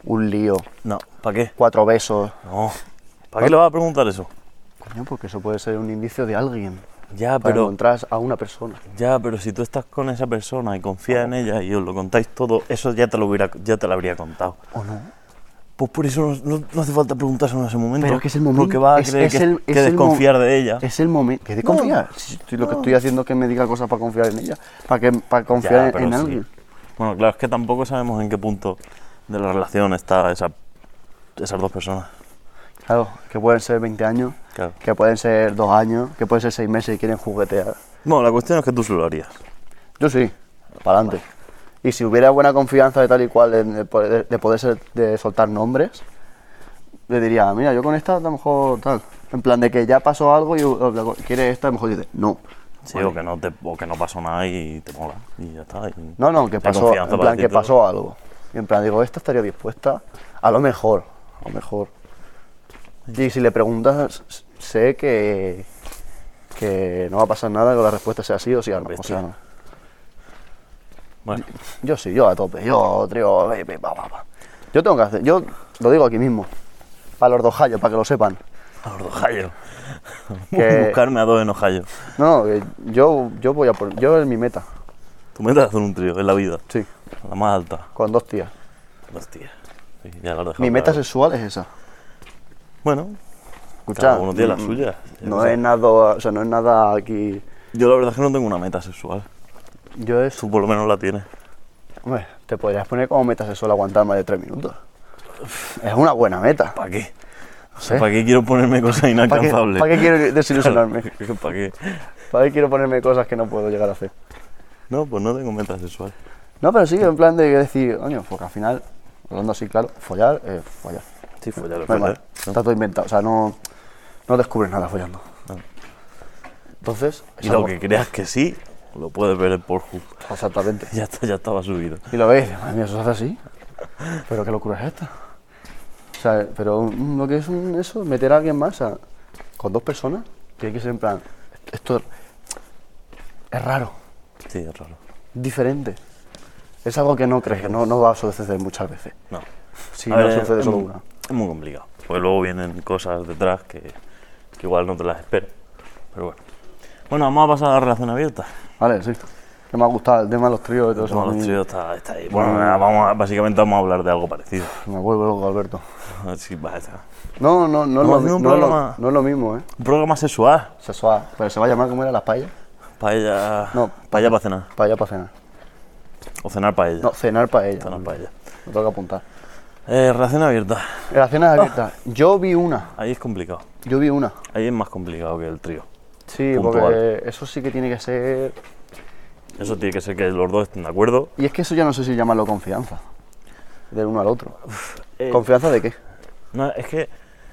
S1: Un lío,
S2: No, ¿para qué?
S1: cuatro besos.
S2: No. ¿Para qué le vas a preguntar eso?
S1: Coño, porque eso puede ser un indicio de alguien.
S2: Ya,
S1: Para
S2: pero,
S1: encontrar a una persona.
S2: ya, pero si tú estás con esa persona y confías en ella y os lo contáis todo, eso ya te lo, hubiera, ya te lo habría contado.
S1: ¿O no?
S2: Pues por eso no, no- no hace falta preguntárselo en ese momento.
S1: Pero es que es el momento.
S2: Porque va a
S1: es-
S2: creer
S1: es
S2: que,
S1: el-
S2: que
S1: es el mo-
S2: desconfiar de ella.
S1: Es el momento. ¿Que de confiar? Si estoy- lo que estoy haciendo es que me diga cosas para confiar en ella. Para, que, para
S2: Ya,
S1: confiar en,
S2: pero
S1: en
S2: sí.
S1: alguien.
S2: Bueno, claro, es que tampoco sabemos en qué punto de la relación está esa, esas dos personas.
S1: Claro, que pueden ser 20 años,
S2: Claro.
S1: que pueden ser 2 años, que pueden ser 6 meses y quieren juguetear.
S2: Bueno, la cuestión es que tú se lo harías.
S1: Yo sí, para adelante. Y si hubiera buena confianza de tal y cual, de, de poder, de poder ser- de soltar nombres, le diría, "Ah, mira, yo con esta a lo mejor tal. En plan de que ya pasó algo y o, quiere esta, a lo mejor dice, no.
S2: Sí, o, que no te, o que no pasó nada y te mola. Y ya está. y-
S1: No, no, que
S2: Hay
S1: pasó,
S2: confianza
S1: en
S2: para
S1: plan,
S2: decir
S1: que
S2: todo.
S1: pasó algo. Y en plan, digo, esta estaría dispuesta, a lo mejor, a lo mejor. Y si le preguntas, s- sé que, que no va a pasar nada, que la respuesta sea sí o sí, o no, o sea, no.
S2: Bueno,
S1: Yo sí, yo a tope, yo trío, eh, eh, pa, pa, pa. Yo tengo que hacer, yo lo digo aquí mismo, para los dos hallos, para que lo sepan.
S2: a los dos hallos.
S1: Que-
S2: Buscarme a dos en Ohio.
S1: No, no, que yo, yo voy a por, yo es mi meta,
S2: Tu meta es hacer un trío, es la vida.
S1: sí,
S2: La más alta.
S1: con dos tías.
S2: Hostia. Sí, ya lo has dejado
S1: Mi meta
S2: claro.
S1: sexual es esa.
S2: Bueno,
S1: Escucha,
S2: cada uno tiene la
S1: mm,
S2: suya. Yo
S1: No
S2: qué sé.
S1: es nada, o sea, no es nada aquí.
S2: Yo la verdad es que no tengo una meta sexual.
S1: Yo es
S2: Tú por lo menos la tienes.
S1: Hombre, te podrías poner como meta sexual aguantar más de tres minutos. Es una buena meta.
S2: ¿Para qué?
S1: No sé.
S2: ¿Para qué quiero ponerme cosas
S1: ¿Para qué,
S2: inalcanzables?
S1: para qué quiero desilusionarme?
S2: ¿Para qué?
S1: ¿Para qué quiero ponerme cosas que no puedo llegar a hacer?
S2: No, pues no tengo meta sexual.
S1: No, pero sí, en plan de decir, coño, porque al final, hablando así, claro, follar es follar.
S2: Sí, follar es
S1: No hay
S2: follar.
S1: más. Está todo inventado, o sea, no, no descubres nada follando. Entonces,
S2: Ah. Y lo que creas que sí, lo puedes ver en Pornhub.
S1: exactamente.
S2: Ya, está, ya estaba subido.
S1: Y lo ves, madre mía, eso se hace así. Pero qué locura es esta. O sea, pero mm, lo que es un- eso, meter a alguien más, o sea, con dos personas, tiene que ser en plan, esto es raro,
S2: Sí, es raro.
S1: diferente. Es algo que no crees, que no, no va a suceder muchas veces.
S2: No.
S1: Si
S2: A
S1: no
S2: ver, em,
S1: sucede
S2: es
S1: solo
S2: muy-
S1: una.
S2: Es muy complicado. Porque luego vienen cosas detrás que, que igual no te las esperas. Pero bueno. Bueno, vamos a pasar a la relación abierta.
S1: Vale, sí. Que me ha gustado el tema de los tríos y todo eso.
S2: Bueno,
S1: a
S2: los
S1: mí-
S2: tríos está, está ahí. Bueno, nada, vamos a- básicamente vamos a hablar de algo parecido.
S1: Me vuelvo loco, Alberto.
S2: Sí, va, está.
S1: No, no, no, es, lo,
S2: haciendo
S1: mi-
S2: un
S1: no, es lo-
S2: programa.
S1: no es lo mismo, ¿eh?
S2: Un programa sexual.
S1: Sexual. Pero se va a llamar como era las paellas.
S2: Paella.
S1: No.
S2: Paella para cenar.
S1: Paella para cenar.
S2: O cenar paella.
S1: No, cenar paella.
S2: Cenar paella.
S1: Me tengo que apuntar.
S2: Eh, relación abierta.
S1: Las cenas abiertas. Yo vi una.
S2: Ahí es complicado.
S1: Yo vi una.
S2: Ahí es más complicado que el trío.
S1: Sí,
S2: Puntual.
S1: porque eso sí que tiene que ser.
S2: Eso tiene que ser que los dos estén de acuerdo.
S1: Y es que eso ya no sé si llamarlo confianza. Del uno al otro.
S2: Eh,
S1: ¿Confianza de qué?
S2: no, es que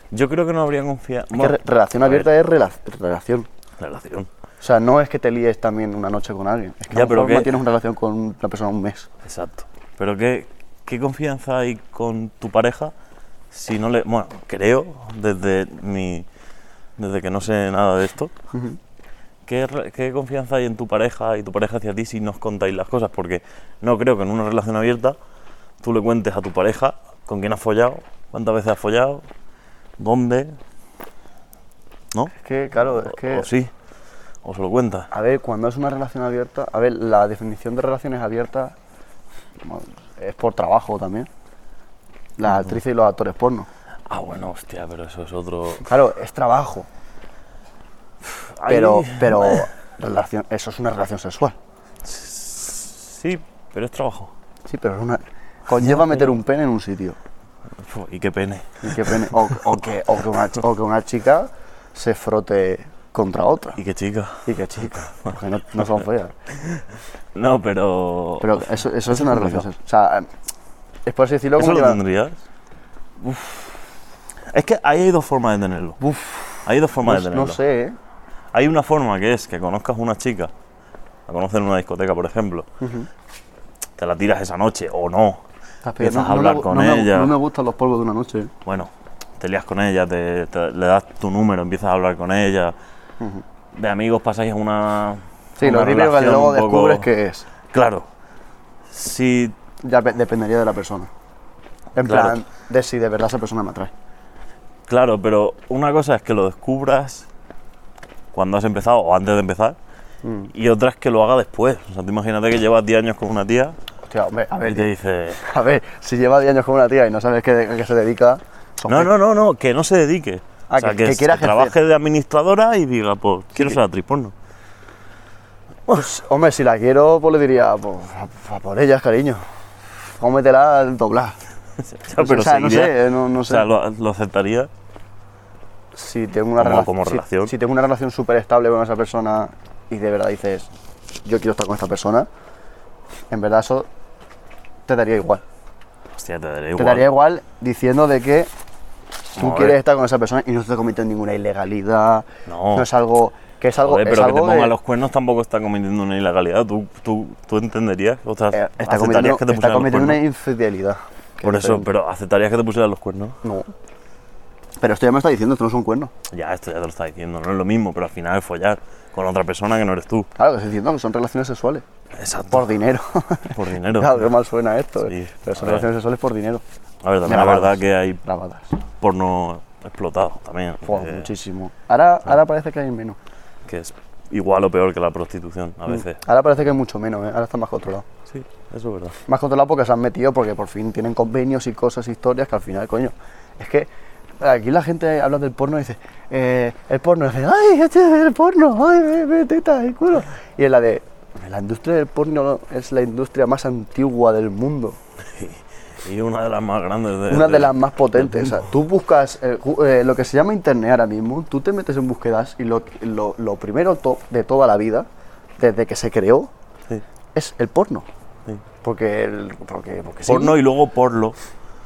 S2: yo creo que no habría confianza.
S1: Que re- relación abierta es rela- relación.
S2: Relación.
S1: O sea, no es que te líes también una noche con alguien. Es que
S2: Ya,
S1: a lo
S2: pero
S1: mejor no
S2: que-
S1: tienes una relación con una persona un mes.
S2: Exacto. Pero ¿qué, qué confianza hay con tu pareja si no le... Bueno, creo, desde mi... Desde que no sé nada de esto, ¿qué, re- qué confianza hay en tu pareja y tu pareja hacia ti si nos contáis las cosas? Porque no creo que en una relación abierta tú le cuentes a tu pareja con quién has follado, cuántas veces has follado, dónde, ¿no?
S1: Es que, claro, es que.
S2: O sí, o se lo cuentas.
S1: A ver, cuando es una relación abierta, a ver, la definición de relaciones abiertas bueno, es por trabajo también. Las actrices y los actores porno.
S2: Ah, bueno, hostia, pero eso es otro...
S1: Claro, es trabajo,
S2: Ahí-
S1: pero, pero relación, eso es una relación sexual.
S2: Sí, pero es trabajo.
S1: Sí, pero es una. Conlleva meter un pene en un sitio.
S2: Fu, Y qué pene.
S1: Y que pene- o, o que, o que una, ch- o que una chica se frote contra otra.
S2: Y qué chica.
S1: Y que chica, porque no, no son feas.
S2: No, pero.
S1: Pero eso, eso es una relación sexual. O sea, eh, es por así decirlo
S2: ¿Eso
S1: como
S2: lo
S1: lleva-
S2: tendrías? Uf. Es que ahí hay dos formas de tenerlo. Hay dos formas de
S1: no,
S2: tenerlo.
S1: no sé, ¿eh?
S2: Hay una forma que es que conozcas una chica, la conoces en una discoteca, por ejemplo. Te la tiras esa noche o no.
S1: Estás
S2: Empiezas
S1: pidiendo-
S2: a hablar
S1: me gu-
S2: con
S1: me gu-
S2: ella.
S1: no me gustan los polvos de una noche. ¿eh?
S2: Bueno, te lías con ella, te, te- le das tu número, empiezas a hablar con ella. De amigos pasáis a una.
S1: Sí,
S2: a una
S1: lo típico que
S2: relación
S1: luego
S2: un poco-
S1: descubres que es.
S2: Claro. Si
S1: Ya pe- dependería de la persona. En
S2: Claro.
S1: plan, de si de verdad esa persona me atrae.
S2: Claro, pero una cosa es que lo descubras cuando has empezado o antes de empezar,
S1: Mm.
S2: y otra es que lo haga después. O sea, tú imagínate que llevas 10 años con una tía
S1: Hostia, hombre, a
S2: y te
S1: ver,
S2: dice,
S1: a ver, si llevas 10 años con una tía y no sabes qué, a qué se dedica. pues son
S2: no,
S1: pe-
S2: no, no, no, que no se dedique.
S1: Ah,
S2: o sea,
S1: que-
S2: que,
S1: que
S2: s-
S1: quiera ejercer.
S2: trabaje de administradora y diga, pues, quiero ser actriz porno.
S1: Hombre, si la quiero, pues le diría, pues, a, a por ellas, cariño. Cómetela al doblar.
S2: Ya,
S1: O sea, no
S2: seguiría-
S1: sé, eh, no- no
S2: O sea,
S1: sé.
S2: lo, lo aceptaría.
S1: Si tengo una,
S2: Como-
S1: rela-
S2: como
S1: si-
S2: relación.
S1: Si, tengo una relación súper estable con esa persona y de verdad dices, yo quiero estar con esta persona, en verdad eso te daría igual.
S2: Hostia, te daría
S1: Te
S2: igual.
S1: daría igual diciendo de que tú
S2: Joder.
S1: quieres estar con esa persona y no te cometen ninguna ilegalidad.
S2: No.
S1: es algo que es algo,
S2: Joder,
S1: es
S2: pero que te
S1: algo
S2: pongan
S1: de-
S2: los cuernos tampoco está cometiendo una ilegalidad. Tú, tú, tú entenderías, o sea,
S1: eh, está
S2: aceptarías
S1: cometiendo,
S2: que te
S1: está
S2: pusieran los
S1: cometiendo
S2: cuernos.
S1: una infidelidad. Que
S2: Por
S1: no
S2: eso,
S1: te-
S2: pero aceptarías que te pusieran los cuernos.
S1: no. Pero esto ya me está diciendo, esto no es un cuerno.
S2: Ya, esto ya te lo está diciendo, no es lo mismo, pero al final es follar con otra persona que no eres tú.
S1: Claro, que estoy diciendo que son relaciones sexuales.
S2: Exacto.
S1: Por dinero.
S2: Por dinero.
S1: claro, qué mal suena esto.
S2: Sí,
S1: eh. Pero son
S2: a ver.
S1: relaciones sexuales por dinero.
S2: A ver, también la
S1: Grabadas.
S2: verdad que hay
S1: Grabadas.
S2: porno explotado también.
S1: Joder,
S2: eh,
S1: muchísimo. Ahora, ahora parece que hay menos.
S2: que es igual o peor que la prostitución
S1: Mm.
S2: a veces.
S1: Ahora parece que hay mucho menos, ¿eh? ahora está más controlado.
S2: Sí, eso es verdad.
S1: Más controlado porque se han metido, porque por fin tienen convenios y cosas, historias que al final, coño. Es que aquí la gente habla del porno y dice, eh, el porno, y dice, ay, este es el porno, ay, ve, ve, teta, el culo. Y es la de, la industria del porno es la industria más antigua del mundo.
S2: Y una de las más grandes de.
S1: Una de las más potentes. O sea, tú buscas eh, ju- eh, lo que se llama internet ahora mismo, tú te metes en búsquedas y lo, lo- lo primero top de toda la vida, desde que se creó,
S2: Sí,
S1: es el porno.
S2: sí.
S1: Porque, el, porque, porque sí.
S2: Porno y luego porlo.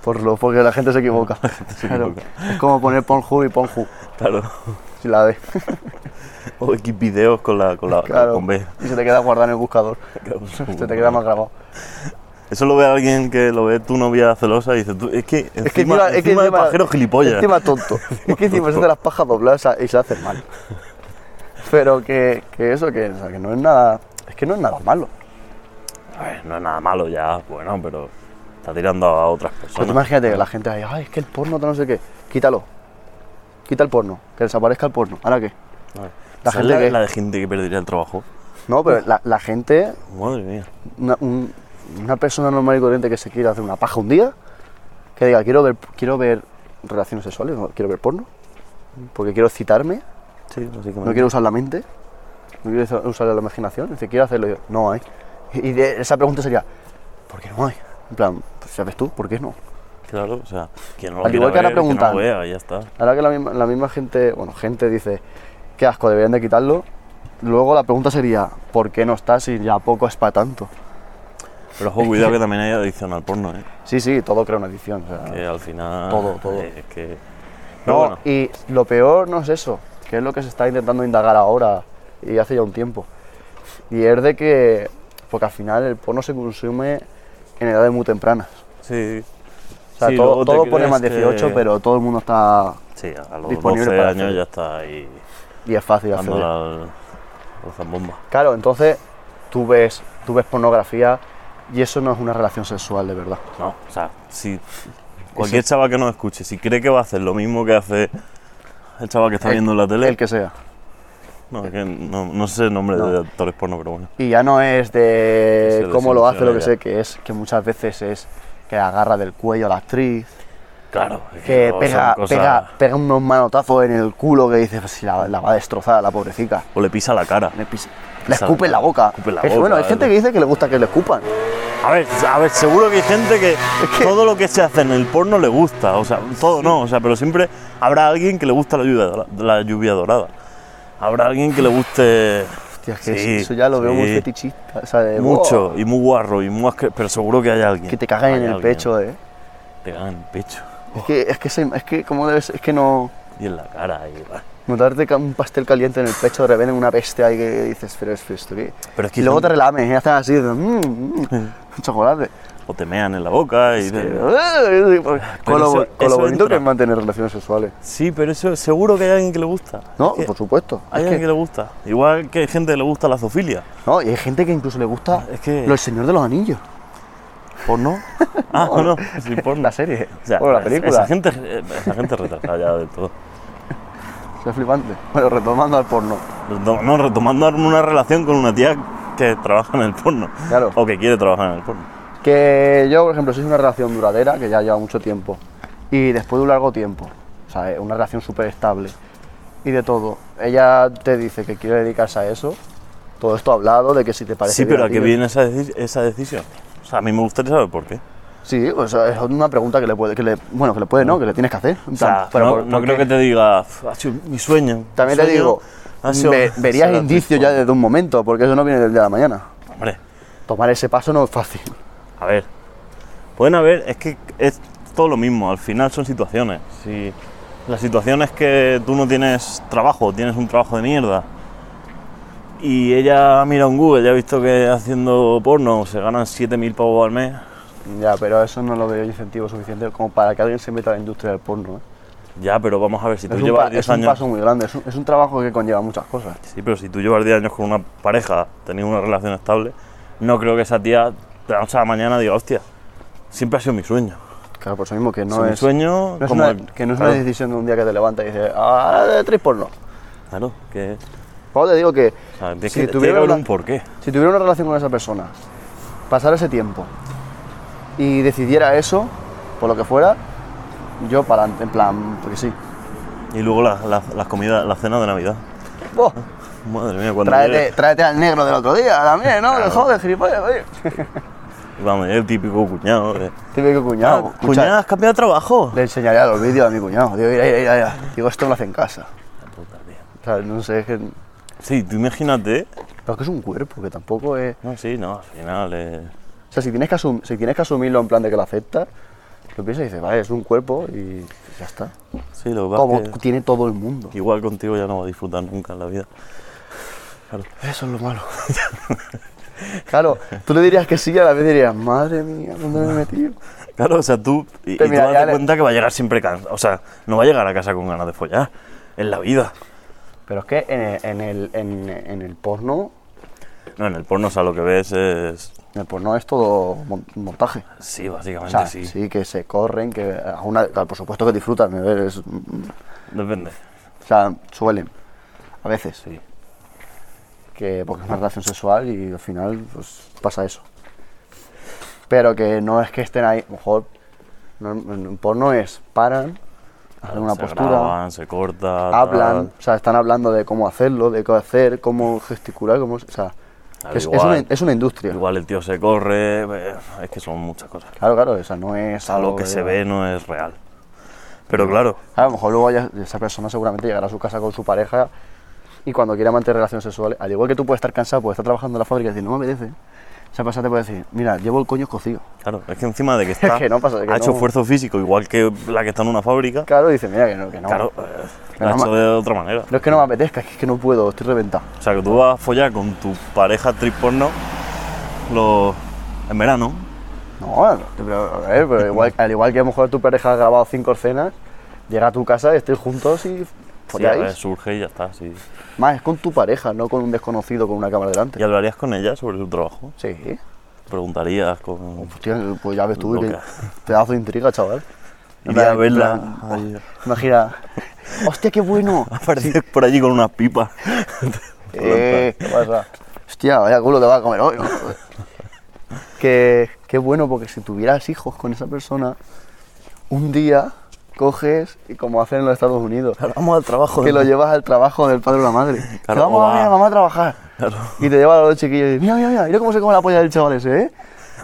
S1: Por lo- porque la gente se equivoca. Claro. Es como poner Pornhub y Pornhub,
S2: Claro.
S1: si la ves.
S2: O X videos con la. Con la
S1: Claro.
S2: Con B.
S1: Y se te queda guardado en el buscador.
S2: Claro.
S1: Se te queda más grabado.
S2: Eso lo ve alguien que lo ve tu novia celosa y dice, tú, es que encima,
S1: encima-
S2: encima, de pajero gilipollas.
S1: Encima tonto. Es que encima se te las pajas dobladas a- y se hacen mal. Pero que, que eso, que, o sea, que no es nada. Es que no es nada malo.
S2: A ver, no es nada malo ya, bueno, pero está tirando a otras
S1: Pero tú
S2: personas.
S1: imagínate que la gente ahí, ay, es que el porno, no sé qué. Quítalo. Quita el porno. Que desaparezca el porno. ¿Ahora qué?
S2: A ver,
S1: la
S2: ¿sabes
S1: gente
S2: la,
S1: que-
S2: la de gente que perdería el trabajo.
S1: No, pero la, la gente,
S2: Madre mía.
S1: una, un- una persona normal y corriente que se quiera hacer una paja un día, que diga, quiero ver, quiero ver relaciones sexuales, no, quiero ver porno, porque quiero excitarme,
S2: Sí, básicamente.
S1: no quiero usar la mente, no quiero usar- usar la imaginación, dice, quiero hacerlo, y yo, no hay. Y de- esa pregunta sería, ¿por qué no hay? En plan, pues ya ves tú, ¿por qué no?
S2: Claro, o sea, que no lo
S1: Al igual que
S2: quiera
S1: ahora
S2: ver, no lo
S1: preguntan.
S2: vea, ya está.
S1: Ahora que la misma, la misma gente, bueno, gente dice, qué asco, deberían de quitarlo, luego la pregunta sería, ¿por qué no está si ya poco es para tanto?
S2: Pero ojo, cuidado que también hay adicción al porno, ¿eh?
S1: Sí, sí, todo crea una adicción. o sea,
S2: Que al final.
S1: Ah. Todo, todo.
S2: eh, Es que. Pero
S1: No,
S2: bueno,
S1: y lo peor no es eso, que es lo que se está intentando indagar ahora y hace ya un tiempo. Y es de que, porque al final el porno se consume en edades muy tempranas.
S2: sí.
S1: O sea,
S2: Sí,
S1: todo,
S2: luego te
S1: todo pone
S2: crees
S1: más 18,
S2: que-
S1: pero todo el mundo está...
S2: Sí, a los
S1: disponible
S2: 12
S1: para
S2: años
S1: hacer.
S2: ya está ahí
S1: y es fácil
S2: dando
S1: hacerlo.
S2: la, la zambomba.
S1: Claro, entonces tú ves, tú ves pornografía y eso no es una relación sexual de verdad.
S2: No, o sea, si cualquier chaval que nos escuche, si cree que va a hacer lo mismo que hace el chaval que está
S1: El-
S2: viendo en la tele,
S1: El que sea.
S2: no, es que no, no sé el nombre
S1: No.
S2: de actores porno, pero bueno.
S1: Y ya no es de
S2: Que se
S1: cómo lo hace, lo que
S2: desilusiona
S1: sé, que es que muchas veces es que agarra del cuello a la actriz,
S2: Claro, es
S1: que
S2: son
S1: pega,
S2: cosas-
S1: pega, pega unos manotazos en el culo que dices, "Pues si la, la va a destrozar la pobrecita.
S2: O le pisa la cara.
S1: Le, pisa- le
S2: Esa-
S1: escupe en la boca.
S2: escupe en la
S1: Es-
S2: boca,
S1: bueno, hay gente
S2: eh.
S1: que dice que le gusta que le escupan.
S2: A ver, a ver, seguro que hay gente que
S1: que-
S2: todo lo que se hace en el porno le gusta, o sea, todo no, o sea, pero siempre habrá alguien que le gusta la lluvia, dora- la lluvia dorada. Habrá alguien que le guste.
S1: Hostia, es que
S2: Sí,
S1: eso ya lo veo muy
S2: sí.
S1: fetichista. o sea, de,
S2: Mucho,
S1: "Buah,
S2: y muy guarro, y muy asque- pero seguro que hay alguien.
S1: que te cagan
S2: Hay
S1: en el
S2: alguien. Oh.
S1: pecho, eh.
S2: Te cagan en el pecho.
S1: Es que, es que, se- es que como debes, es que no.
S2: Y en la cara. y va.
S1: No darte ca- un pastel caliente en el pecho, de repente una bestia ahí que dices, pero es pero esto qué".
S2: Pero es que
S1: y luego
S2: son-
S1: te relames, y haces así, dices, "Mm, mm, chocolate.
S2: O te mean en la boca. Y
S1: Eh, eh, eh, Con lo,
S2: eso-
S1: con lo
S2: eso
S1: bonito
S2: entra.
S1: que es mantener relaciones sexuales.
S2: Sí, pero eso seguro que hay alguien que le gusta.
S1: No,
S2: Es que
S1: por supuesto.
S2: hay
S1: Es
S2: alguien que...
S1: que-
S2: le gusta. Igual que hay gente que le gusta la zoofilia.
S1: no, y hay gente que incluso le gusta
S2: Es que-
S1: lo El Señor de los Anillos.
S2: ¿Porno? Ah, no, sí, porno.
S1: La serie.
S2: O sea,
S1: bueno, la
S2: es-
S1: película.
S2: Esa gente, eh, esa gente es retrasada ya de todo.
S1: Es flipante. Bueno, retomando al porno.
S2: Retom- No, retomando una relación con una tía que trabaja en el porno.
S1: Claro.
S2: O que quiere trabajar en el porno.
S1: Que yo, por ejemplo, soy una relación duradera que ya lleva mucho tiempo. Y después de un largo tiempo, o sea, eh, una relación súper estable y de todo, ella te dice que quiere dedicarse a eso. Todo esto hablado de que si te parece.
S2: Sí,
S1: bien
S2: pero ¿a qué
S1: ti,
S2: viene esa, deci- esa decisión? O sea, a mí me gustaría saber por qué.
S1: Sí, o sea, es una pregunta que le puede. Que le, bueno, que le puede, no, que le tienes que hacer. En
S2: Mm. O sea,
S1: plan, pero
S2: no,
S1: por-
S2: no
S1: porque-
S2: creo que te diga, "Uf, ha sido mi sueño. mi
S1: También te
S2: sueño
S1: digo,
S2: ha sido
S1: ve- verías
S2: ser
S1: indicios ya
S2: actriz
S1: desde un momento, porque eso no viene del día de la mañana.
S2: porno". Hombre,
S1: Tomar ese paso no es fácil.
S2: A ver, pueden haber, es que es todo lo mismo, al final son situaciones. Si la situación es que tú no tienes trabajo, tienes un trabajo de mierda, y ella mira en Google, ya ha visto que haciendo porno se ganan 7.000 pavos al mes,
S1: Ya, pero eso no lo veo incentivo suficiente como para que alguien se meta a la industria del porno. ¿eh?
S2: ya, pero vamos a ver, si tú
S1: Es un,
S2: llevas
S1: pa-
S2: 10
S1: es un
S2: años...
S1: paso muy grande, es un, es un trabajo que conlleva muchas cosas.
S2: Sí, pero si tú llevas 10 años con una pareja, tenés una relación estable, no creo que esa tía de la noche a la mañana diga, hostia, siempre ha sido mi sueño.
S1: Claro, por eso mismo que
S2: Si
S1: no
S2: mi
S1: es,
S2: sueño...
S1: no es
S2: como
S1: una-
S2: el-
S1: que no es
S2: claro,
S1: una decisión de un día que te levantas y dices, ahora de tres porno.
S2: Claro, que...
S1: Luego te digo que
S2: o sea, tiene
S1: Si
S2: que- tiene que
S1: tuviera
S2: haber
S1: una-
S2: un porqué.
S1: si tuviera una relación con esa persona, pasara ese tiempo y decidiera eso, por lo que fuera, yo para, en plan, porque sí.
S2: Y luego las la, las comidas, la cena de Navidad.
S1: ¡Oh!
S2: Madre mía, cuando
S1: Tráete,
S2: llegue-
S1: tráete al negro del otro día también, ¿no? Joder, gilipollas, oye.
S2: vamos, el típico cuñado. de,
S1: Típico
S2: "Ah,
S1: cuñado. escucha,
S2: cuñada, has cambiado de trabajo.
S1: Le enseñaría los vídeos a mi cuñado. Digo, mira, mira, mira, mira. Digo, esto lo hace en casa. O sea, no sé, es que... Pero
S2: Sí, tú imagínate. ¿eh?
S1: es que es un cuerpo, que tampoco es...
S2: No, sí, no, al final. eh,
S1: O sea, si tienes que, asum- si tienes que asumirlo en plan de que lo aceptas, lo piensas y dices, vale, es un cuerpo y ya está.
S2: sí, lo que pasa
S1: Como
S2: es que
S1: tiene todo el mundo.
S2: igual contigo ya no va a disfrutar nunca en la vida.
S1: Eso es lo malo. claro, tú le dirías que sí y a la vez dirías, madre mía, ¿dónde me he metido?
S2: Claro, o sea, tú. Y, y
S1: Te
S2: tú
S1: mira, ya
S2: date
S1: le-
S2: cuenta que va a llegar siempre cansado. O sea, no va a llegar a casa con ganas de follar. En la vida.
S1: Pero es que en el, en el, en- en el porno,
S2: No, en el porno, o sea, lo que ves es.
S1: en el porno Eh, pues es todo mon- montaje.
S2: Sí,
S1: O
S2: básicamente
S1: sea, sí.
S2: sí.
S1: que se corren, que a una- claro, por supuesto que disfrutan, a ver, es- mm, o
S2: Depende.
S1: sea, suelen, a veces.
S2: Sí.
S1: que porque es una relación sexual y al final pues, pasa eso. Pero que no es que estén ahí, a lo mejor no, en porno es paran, hacen una
S2: se
S1: postura,
S2: graban, se corta, tal.
S1: hablan, o sea, están hablando de cómo hacerlo, de qué hacer, cómo gesticular, cómo, o sea,
S2: Claro,
S1: que es, es
S2: igual.
S1: una, es una industria.
S2: Igual el tío se corre, eh, es que son muchas cosas.
S1: Claro, claro, o sea, no es
S2: O sea, lo
S1: algo
S2: que
S1: de-
S2: se ve no es real. Pero claro,
S1: Ah, A lo mejor luego ya- esa persona seguramente llegará a su casa con su pareja y cuando quiera mantener relaciones sexuales, al igual que tú puedes estar cansado, puedes estar trabajando en la fábrica y decir, no me apetece, esa persona te puede decir, mira, llevo el coño cocido.
S2: claro, es que encima de que está,
S1: que no pasa, que
S2: ha hecho
S1: no.
S2: esfuerzo físico, igual que la que está en una fábrica,
S1: Claro, dice, mira, que no, que no.
S2: claro, eh,
S1: Que
S2: la ha
S1: no
S2: hecho
S1: me-
S2: de otra manera.
S1: No es que no me apetezca, es que no puedo, estoy reventado.
S2: O sea, que tú vas a follar con tu pareja trip porno lo- en verano,
S1: No, no, pero, a ver, pero igual, al igual que a lo mejor tu pareja ha grabado cinco escenas, llega a tu casa, estéis juntos y
S2: sí, a ver,
S1: folláis.
S2: surge y ya está. Sí.
S1: Más, es con tu pareja, no con un desconocido con una cámara delante.
S2: ¿Y hablarías con ella sobre su trabajo?
S1: Sí.
S2: ¿Preguntarías? Con...
S1: Hostia, pues ya ves tú,
S2: Loca.
S1: que pedazo de intriga, chaval. En
S2: Iría
S1: plan-
S2: a
S1: en
S2: verla.
S1: plan,
S2: ahí.
S1: Imagina. ¡Hostia, qué bueno!
S2: Aparece por allí con unas pipas.
S1: Eh, ¿Qué pasa? Hostia, vaya culo te vas a comer hoy. ¿no? que, qué bueno, porque si tuvieras hijos con esa persona, un día coges y como hacen en los Estados Unidos,
S2: Vamos al trabajo.
S1: que
S2: de-
S1: lo llevas al trabajo del padre o la madre. Que
S2: Claro,
S1: vamos a ver a
S2: va.
S1: mamá a trabajar.
S2: Claro.
S1: Y te lleva a los chiquillos y dices, mira, mira, mira, mira cómo se come la polla del chaval ese, ¿eh?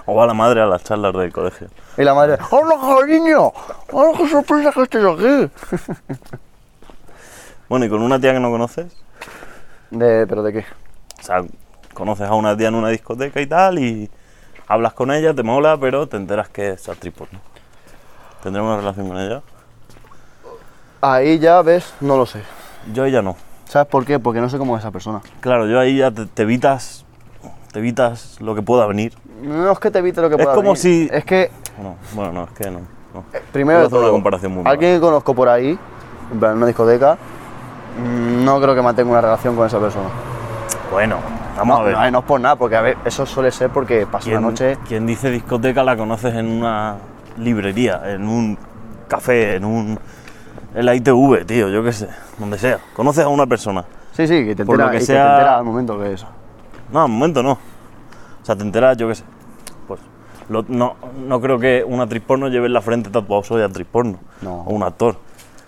S2: O va la madre a las charlas del colegio.
S1: Y la madre, ¡hola, cariño! ¡Hola, qué sorpresa que estés aquí!
S2: Bueno, y con una tía que no conoces,
S1: De- ¿Pero de qué?
S2: o sea, conoces a una tía en una discoteca y tal, y hablas con ella, te mola, pero te enteras que es actriz porno. ¿Tendré una relación con ella?
S1: Ahí ya ves, no lo sé.
S2: Yo a ella no.
S1: ¿Sabes por qué? Porque no sé cómo es esa persona.
S2: Claro, yo ahí ya te, te evitas te evitas lo que pueda venir.
S1: No es que te evite lo que
S2: Es
S1: pueda
S2: como
S1: venir.
S2: si-
S1: Es que,
S2: Bueno, bueno, no, es que no. no.
S1: primero
S2: Voy a
S1: de
S2: hacer una
S1: todo,
S2: comparación muy mala.
S1: alguien que conozco por ahí, en plan, en una discoteca, mm, no creo que mantenga una relación con esa persona.
S2: Bueno, vamos
S1: no,
S2: a ver.
S1: No, eh, no es por nada, porque a ver, eso suele ser porque pasa
S2: ¿Quién,
S1: una noche...
S2: quien dice discoteca la conoces en una librería, en un café, en un. en la ITV, tío, yo qué sé, donde sea. Conoces a una persona.
S1: Sí, sí, que te
S2: por lo
S1: entera,
S2: que
S1: y que te
S2: sea-
S1: entera al momento que es.
S2: No, al momento no. O sea, te enteras, yo qué sé. Pues lo- no, no creo que una actriz porno lleve en la frente tatuado soy actriz porno.
S1: No.
S2: O un actor.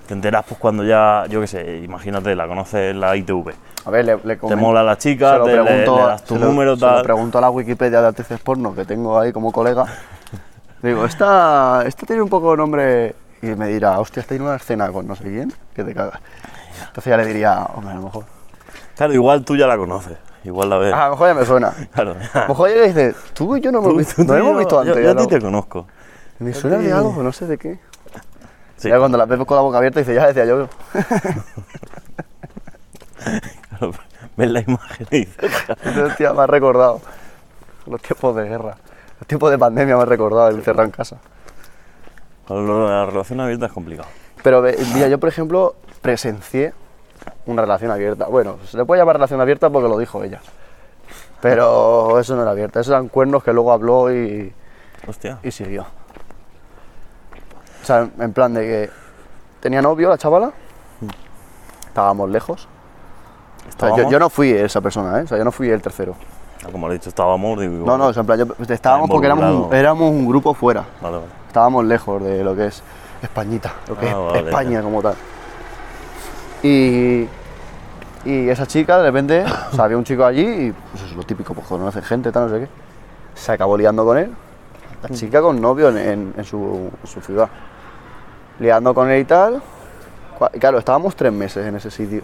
S2: Te enteras pues cuando ya, yo qué sé, imagínate, la conoces en la ITV.
S1: A ver, le, le
S2: Te
S1: comento-
S2: mola la chica,
S1: se lo
S2: te, le-
S1: pregunto,
S2: le das tu
S1: se lo-
S2: número,
S1: se lo
S2: tal.
S1: pregunto a la Wikipedia de actrices porno que tengo ahí como colega. Digo, esta, esta tiene un poco nombre. Y me dirá, hostia, esta tiene una escena con no sé quién, que te cagas. Entonces ya le diría, hombre, a lo mejor.
S2: Claro, igual tú ya la conoces. Igual la ves.
S1: A lo mejor ya me suena.
S2: claro.
S1: A lo mejor ya le dice, tú y yo no hemos
S2: Ah. Tú-
S1: visto,
S2: tú-
S1: no
S2: tú-
S1: hemos visto
S2: yo-
S1: antes.
S2: Yo
S1: ya
S2: a ti
S1: no.
S2: te conozco.
S1: Me suena de algo, no sé de qué.
S2: Sí.
S1: Ya cuando la ves con la boca abierta, dice, ya decía yo.
S2: Claro, ves la imagen y dices,
S1: Hostia, me ha recordado. Los tiempos de guerra. Los tiempos de pandemia me ha recordado el encerrado en casa.
S2: "Lo de la relación abierta es complicado.
S1: Pero ve- mira, yo por ejemplo presencié una relación abierta. Bueno, se le puede llamar relación abierta porque lo dijo ella. Pero eso no era abierta, esos eran cuernos que luego habló y,
S2: Hostia.
S1: y siguió. O sea, en plan de que tenía novio la chavala, estábamos lejos. O sea, yo,
S2: Estábamos-
S1: yo no fui esa persona, ¿eh? O sea, yo no fui el tercero.
S2: Ah, Como le he dicho, estábamos. Digo,
S1: No, no, o sea, en plan, yo- estábamos porque éramos un-
S2: involucrado.
S1: éramos un grupo fuera.
S2: Vale, vale.
S1: Estábamos lejos de lo que es Españita, lo que
S2: Ah,
S1: es
S2: vale,
S1: España
S2: ya.
S1: como tal. Y, y esa chica, de repente, o sea, había un chico allí y pues eso es lo típico, pues conoce gente, tal, no sé qué. Se acabó liando con él.
S2: Mm.
S1: La chica con novio en, en- en su, en su ciudad. Liando con él y tal. Cua- y Claro, estábamos tres meses en ese sitio.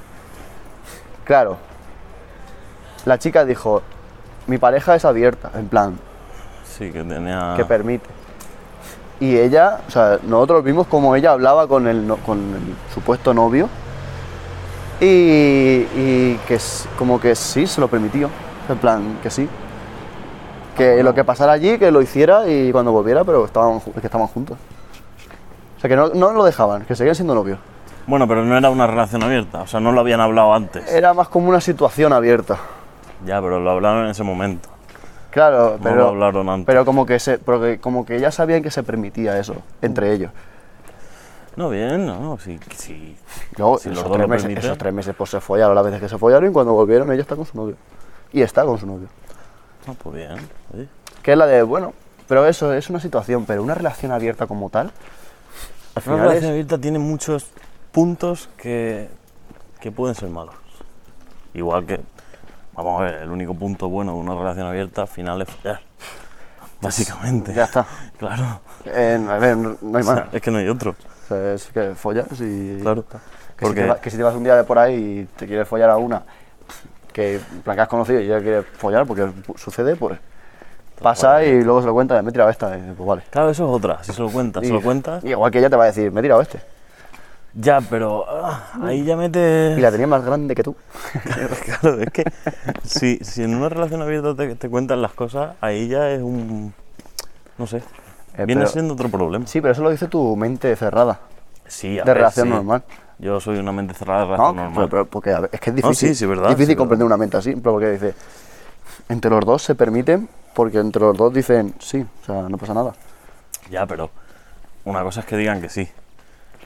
S1: Claro. La chica dijo, mi pareja es abierta, en plan,
S2: Sí, que tenía.
S1: que permite. Y ella, o sea, nosotros vimos como ella hablaba con el, no- con el supuesto novio y, y que s- como que sí, se lo permitió. En plan, que sí. Que lo que pasara allí, que lo hiciera y cuando volviera, pero estaban, ju- que estaban juntos. O sea, que no, no lo dejaban, que seguían siendo novios.
S2: Bueno, pero no era una relación abierta. O sea, no lo habían hablado antes.
S1: Era más como una situación abierta.
S2: Ya, pero lo hablaron en ese momento.
S1: Claro,
S2: No
S1: pero...
S2: lo hablaron antes.
S1: Pero como que, se, porque como que ya sabían que se permitía eso entre ellos.
S2: No, bien, no, no, sí, sí.
S1: Luego,
S2: Si los
S1: esos,
S2: dos
S1: tres
S2: lo
S1: meses,
S2: permiten.
S1: esos tres meses pues se follaron las veces que se follaron y cuando volvieron ella está con su novio. y está con su novio.
S2: Ah, pues bien, oye.
S1: Que es la de, bueno, pero eso es una situación, pero una relación abierta como tal, al
S2: Una
S1: final
S2: relación
S1: es-
S2: abierta tiene muchos puntos que, que pueden ser malos. Igual que, vamos a ver, el único punto bueno de una relación abierta al final es follar. Básicamente.
S1: Pues ya está.
S2: Claro.
S1: Eh, a ver, no no hay
S2: O sea,
S1: más.
S2: es que no hay otro.
S1: O sea, es que follas y...
S2: Claro.
S1: Que, si
S2: Porque
S1: te va- que si te vas un día de por ahí y te quieres follar a una que, en plan, que has conocido y ya quieres follar porque sucede, pues pasa y luego se lo cuenta, me he tirado esta, y, pues vale.
S2: Claro, eso es otra. Si se lo cuentas, se lo
S1: Y-
S2: cuentas.
S1: y igual que ella te va a decir, me he tirado este.
S2: Ya, pero ah, ahí ya
S1: Y
S2: metes.
S1: la tenía más grande que tú.
S2: claro, es que si, si en una relación abierta te, te cuentan las cosas, ahí ya es un. No sé.
S1: Eh,
S2: viene
S1: pero-
S2: siendo otro problema.
S1: Sí, pero eso lo dice tu mente cerrada.
S2: Sí, a
S1: De
S2: ver,
S1: relación
S2: sí.
S1: normal.
S2: Yo soy una mente cerrada de relación
S1: No,
S2: normal.
S1: pero- pero porque a ver, es que es difícil.
S2: sí, sí, verdad,
S1: Difícil
S2: sí,
S1: comprender una mente así, pero porque dice, entre los dos se permiten, porque entre los dos dicen, sí, o sea, no pasa nada.
S2: Ya, pero una cosa es que digan que sí,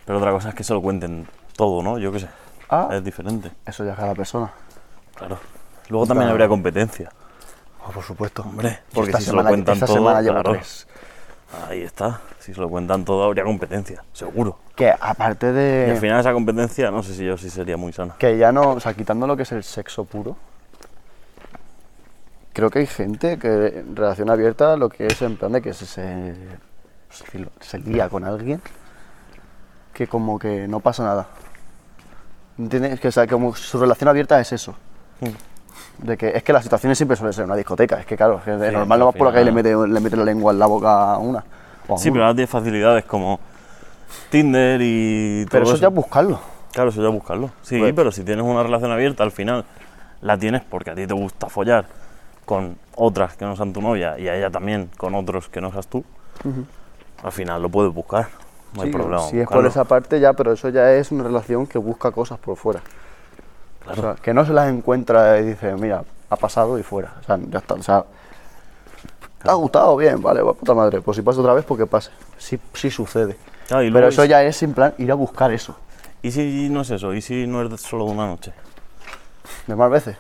S2: pero otra cosa es que se lo cuenten todo, ¿no? Yo qué sé.
S1: Ah.
S2: Es diferente,
S1: Eso ya es cada persona.
S2: claro. Luego también habría competencia.
S1: Oh, por supuesto.
S2: Hombre,
S1: porque
S2: porque
S1: esta
S2: si se lo
S1: semana,
S2: cuentan
S1: esta
S2: todo,
S1: semana llevo
S2: claro.
S1: tres.
S2: Ahí está. Si se lo cuentan todo, habría competencia, seguro.
S1: Que aparte
S2: Y al
S1: de.
S2: final esa competencia, no sé si yo sí sería muy sana.
S1: Que ya no. O sea, quitando lo que es el sexo puro. Creo que hay gente que en relación abierta lo que es en plan de que se, se, se li- se lía con alguien que como que no pasa nada. ¿Entiendes? Que, o sea, como su relación abierta es eso. De que es que las situaciones siempre suelen ser una discoteca. Es que claro, es, que es
S2: Sí,
S1: normal no
S2: al
S1: vas por la calle y le
S2: final-
S1: mete, le mete la lengua en la boca a una. o a
S2: Sí,
S1: uno.
S2: pero ahora tiene facilidades como Tinder y todo
S1: Pero eso
S2: eso.
S1: ya es buscarlo.
S2: Claro, eso ya buscarlo. Sí,
S1: Pues-
S2: pero si tienes una relación abierta, al final la tienes porque a ti te gusta follar con otras que no sean tu novia y a ella también con otros que no seas tú. Al final lo puedes buscar. No hay
S1: Sí,
S2: problema.
S1: Si es por
S2: buscarlo.
S1: esa parte ya, pero eso ya es una relación que busca cosas por fuera. O sea, que no se las encuentra y dice, mira, ha pasado y fuera. O sea, ya está. O sea, ¿te ha gustado? Bien, vale, va puta madre. Pues si pasa otra vez, pues que pase. Sí, sí sucede.
S2: Ah, y
S1: pero
S2: luego
S1: eso
S2: es-
S1: ya es en plan ir a buscar eso.
S2: ¿Y si no es eso? ¿Y si no es de- solo de una noche?
S1: De más veces.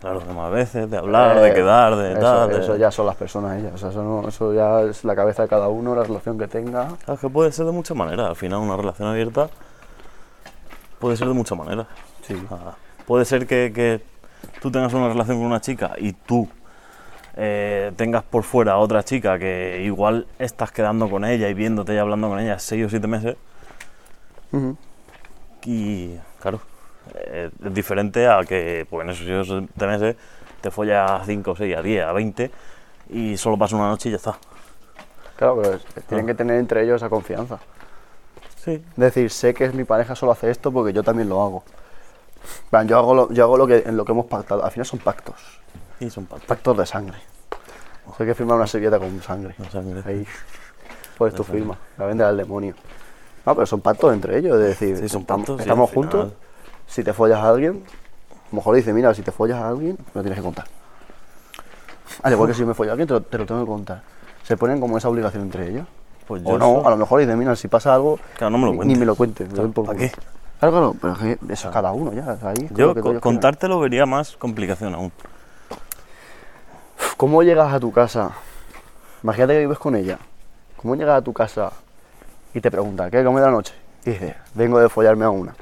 S2: Claro, de más veces, de hablar, de
S1: Eh,
S2: quedar, de
S1: eso,
S2: tal. de-
S1: Eso ya son las personas ellas. O sea, eso, no- eso ya es la cabeza de cada uno, la relación que tenga.
S2: Claro, es que puede ser de muchas maneras. Al final, una relación abierta puede ser de muchas maneras.
S1: Sí.
S2: Ah, puede ser que, que tú tengas una relación con una chica y tú eh, tengas por fuera a otra chica que igual estás quedando con ella y viéndote y hablando con ella seis o siete meses.
S1: Ujú.
S2: Y claro, eh, es diferente a que pues, en esos seis o siete meses te follas a cinco, seis, a diez, a veinte y solo pasa una noche y ya está.
S1: Claro, pero es-
S2: Ah.
S1: tienen que tener entre ellos esa confianza.
S2: Sí,
S1: decir, sé que mi pareja solo hace esto porque yo también lo hago. En plan, yo hago lo, yo hago lo que en lo que hemos pactado. Al final son pactos,
S2: y son pactos.
S1: pactos de sangre. O sea, hay que firmar una servilleta con sangre.
S2: Con sangre.
S1: Ahí. Pues tu firma, la vende al demonio. No, pero son pactos entre ellos, de decir,
S2: Sí, son
S1: estamos,
S2: pactos, sí,
S1: estamos
S2: al final.
S1: juntos, si te follas a alguien, a lo mejor dice, mira, si te follas a alguien, me lo tienes que contar. Al igual que si me follo a alguien, te lo, te lo tengo que contar. Se ponen como esa obligación entre ellos.
S2: Pues
S1: o
S2: yo
S1: no,
S2: eso-
S1: a lo mejor dice, mira, si pasa algo,
S2: Claro, no me
S1: ni-
S2: lo
S1: ni
S2: cuentes.
S1: me lo cuentes. me lo den por
S2: ¿para
S1: culo".
S2: qué? Ah.
S1: Claro, claro, pero es que eso es cada uno ya. o sea, ahí es
S2: Yo
S1: lo que
S2: co-
S1: ellos quieran.
S2: contártelo vería más complicación aún.
S1: ¿Cómo llegas a tu casa? Imagínate que vives con ella. ¿Cómo llegas a tu casa y te preguntan, ¿qué comes de la noche? Y dices, vengo de follarme a una.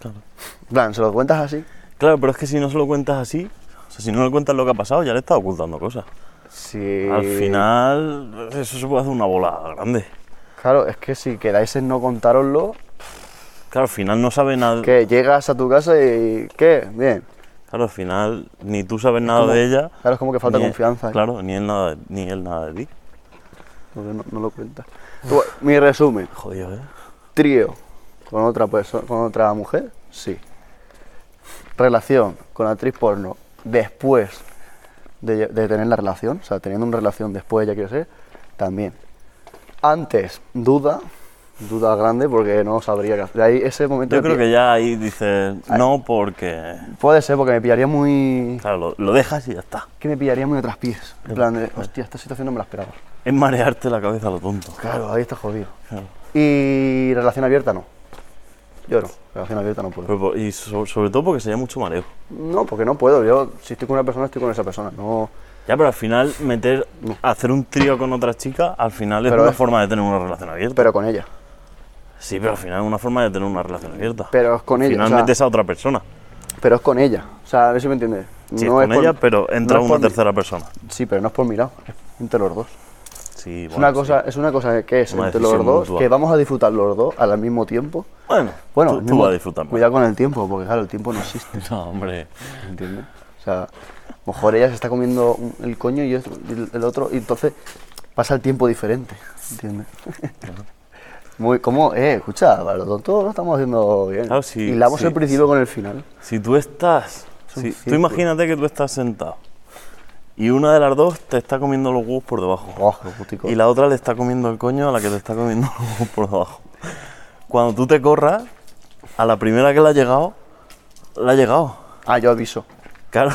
S2: Claro.
S1: En plan, ¿se lo cuentas así?
S2: Claro, pero es que si no se lo cuentas así, o sea, si no le cuentas lo que ha pasado, ya le estás ocultando cosas.
S1: Sí.
S2: Al final, eso se puede hacer una bola grande.
S1: Claro, es que si quedáis en no contároslo,
S2: Claro, al final no sabe nada.
S1: que llegas a tu casa y. ¿Qué? Bien.
S2: Claro, al final ni tú sabes nada
S1: como-
S2: de ella.
S1: claro, es como que falta
S2: ni-
S1: confianza, ¿eh?
S2: Claro, ni él, nada, ni él nada de ti.
S1: Porque no, no lo cuentas. Bueno, Mi resumen:
S2: Jodido, ¿eh?
S1: trío con otra persona, con otra mujer, sí. Relación con actriz porno después de, lle- de tener la relación, o sea, teniendo una relación después ya quiero ser, también. Antes, duda, duda grande porque no sabría qué hacer. Ahí ese momento
S2: Yo
S1: me
S2: creo
S1: pi-
S2: que ya ahí dices, no, porque.
S1: puede ser porque me pillaría muy
S2: Claro, lo, lo dejas y ya está.
S1: que me pillaría muy atrás pies. En plan de, hostia, esta situación no me la esperaba.
S2: Es marearte la cabeza a lo tonto.
S1: Claro, ahí está jodido.
S2: Claro.
S1: Y relación abierta no. Yo no, relación abierta no puedo.
S2: Pero po- y so- sobre todo porque sería mucho mareo.
S1: No, porque no puedo. Yo, si estoy con una persona, estoy con esa persona. No,
S2: Ya, pero al final meter, hacer un trío con otra chica, al final es
S1: Mm. Pero
S2: una
S1: es-
S2: forma de tener una relación abierta.
S1: pero con ella.
S2: sí, pero al final es una forma de tener una relación abierta.
S1: Pero es con
S2: al
S1: ella.
S2: final
S1: o sea,
S2: metes a otra persona.
S1: Pero es con ella. O sea, a ver si me entiendes.
S2: Sí,
S1: No
S2: es con
S1: por-
S2: ella, pero entra
S1: no es
S2: una
S1: por mi-
S2: tercera persona.
S1: Sí, pero no es por mi lado. es Entre los dos.
S2: Sí,
S1: Es una, cosa, es una cosa que es
S2: Una
S1: entre los
S2: decisión
S1: dos,
S2: mutua.
S1: que vamos a disfrutar los dos al mismo tiempo.
S2: Bueno,
S1: Bueno,
S2: tú,
S1: al
S2: tú
S1: mismo-
S2: vas a disfrutar más.
S1: Cuidado con el tiempo, porque claro, el tiempo no existe,
S2: No, hombre.
S1: ¿entiendes? O sea, a lo mejor ella se está comiendo un- el coño y yo el- el otro, y entonces pasa el tiempo diferente, ¿entiendes? Muy, como, eh, escucha, para los tontos lo estamos haciendo bien.
S2: Claro, Ah, sí,
S1: Hilamos
S2: sí,
S1: el principio con el final.
S2: Si tú estás.
S1: un
S2: si- tú
S1: círculo.
S2: imagínate que tú estás sentado. Y una de las dos te está comiendo los huevos por debajo.
S1: Oh, qué putico.
S2: Y la otra le está comiendo el coño a la que te está comiendo los huevos por debajo. Cuando tú te corras, a la primera que le ha llegado, le ha llegado.
S1: Ah, yo aviso.
S2: Claro.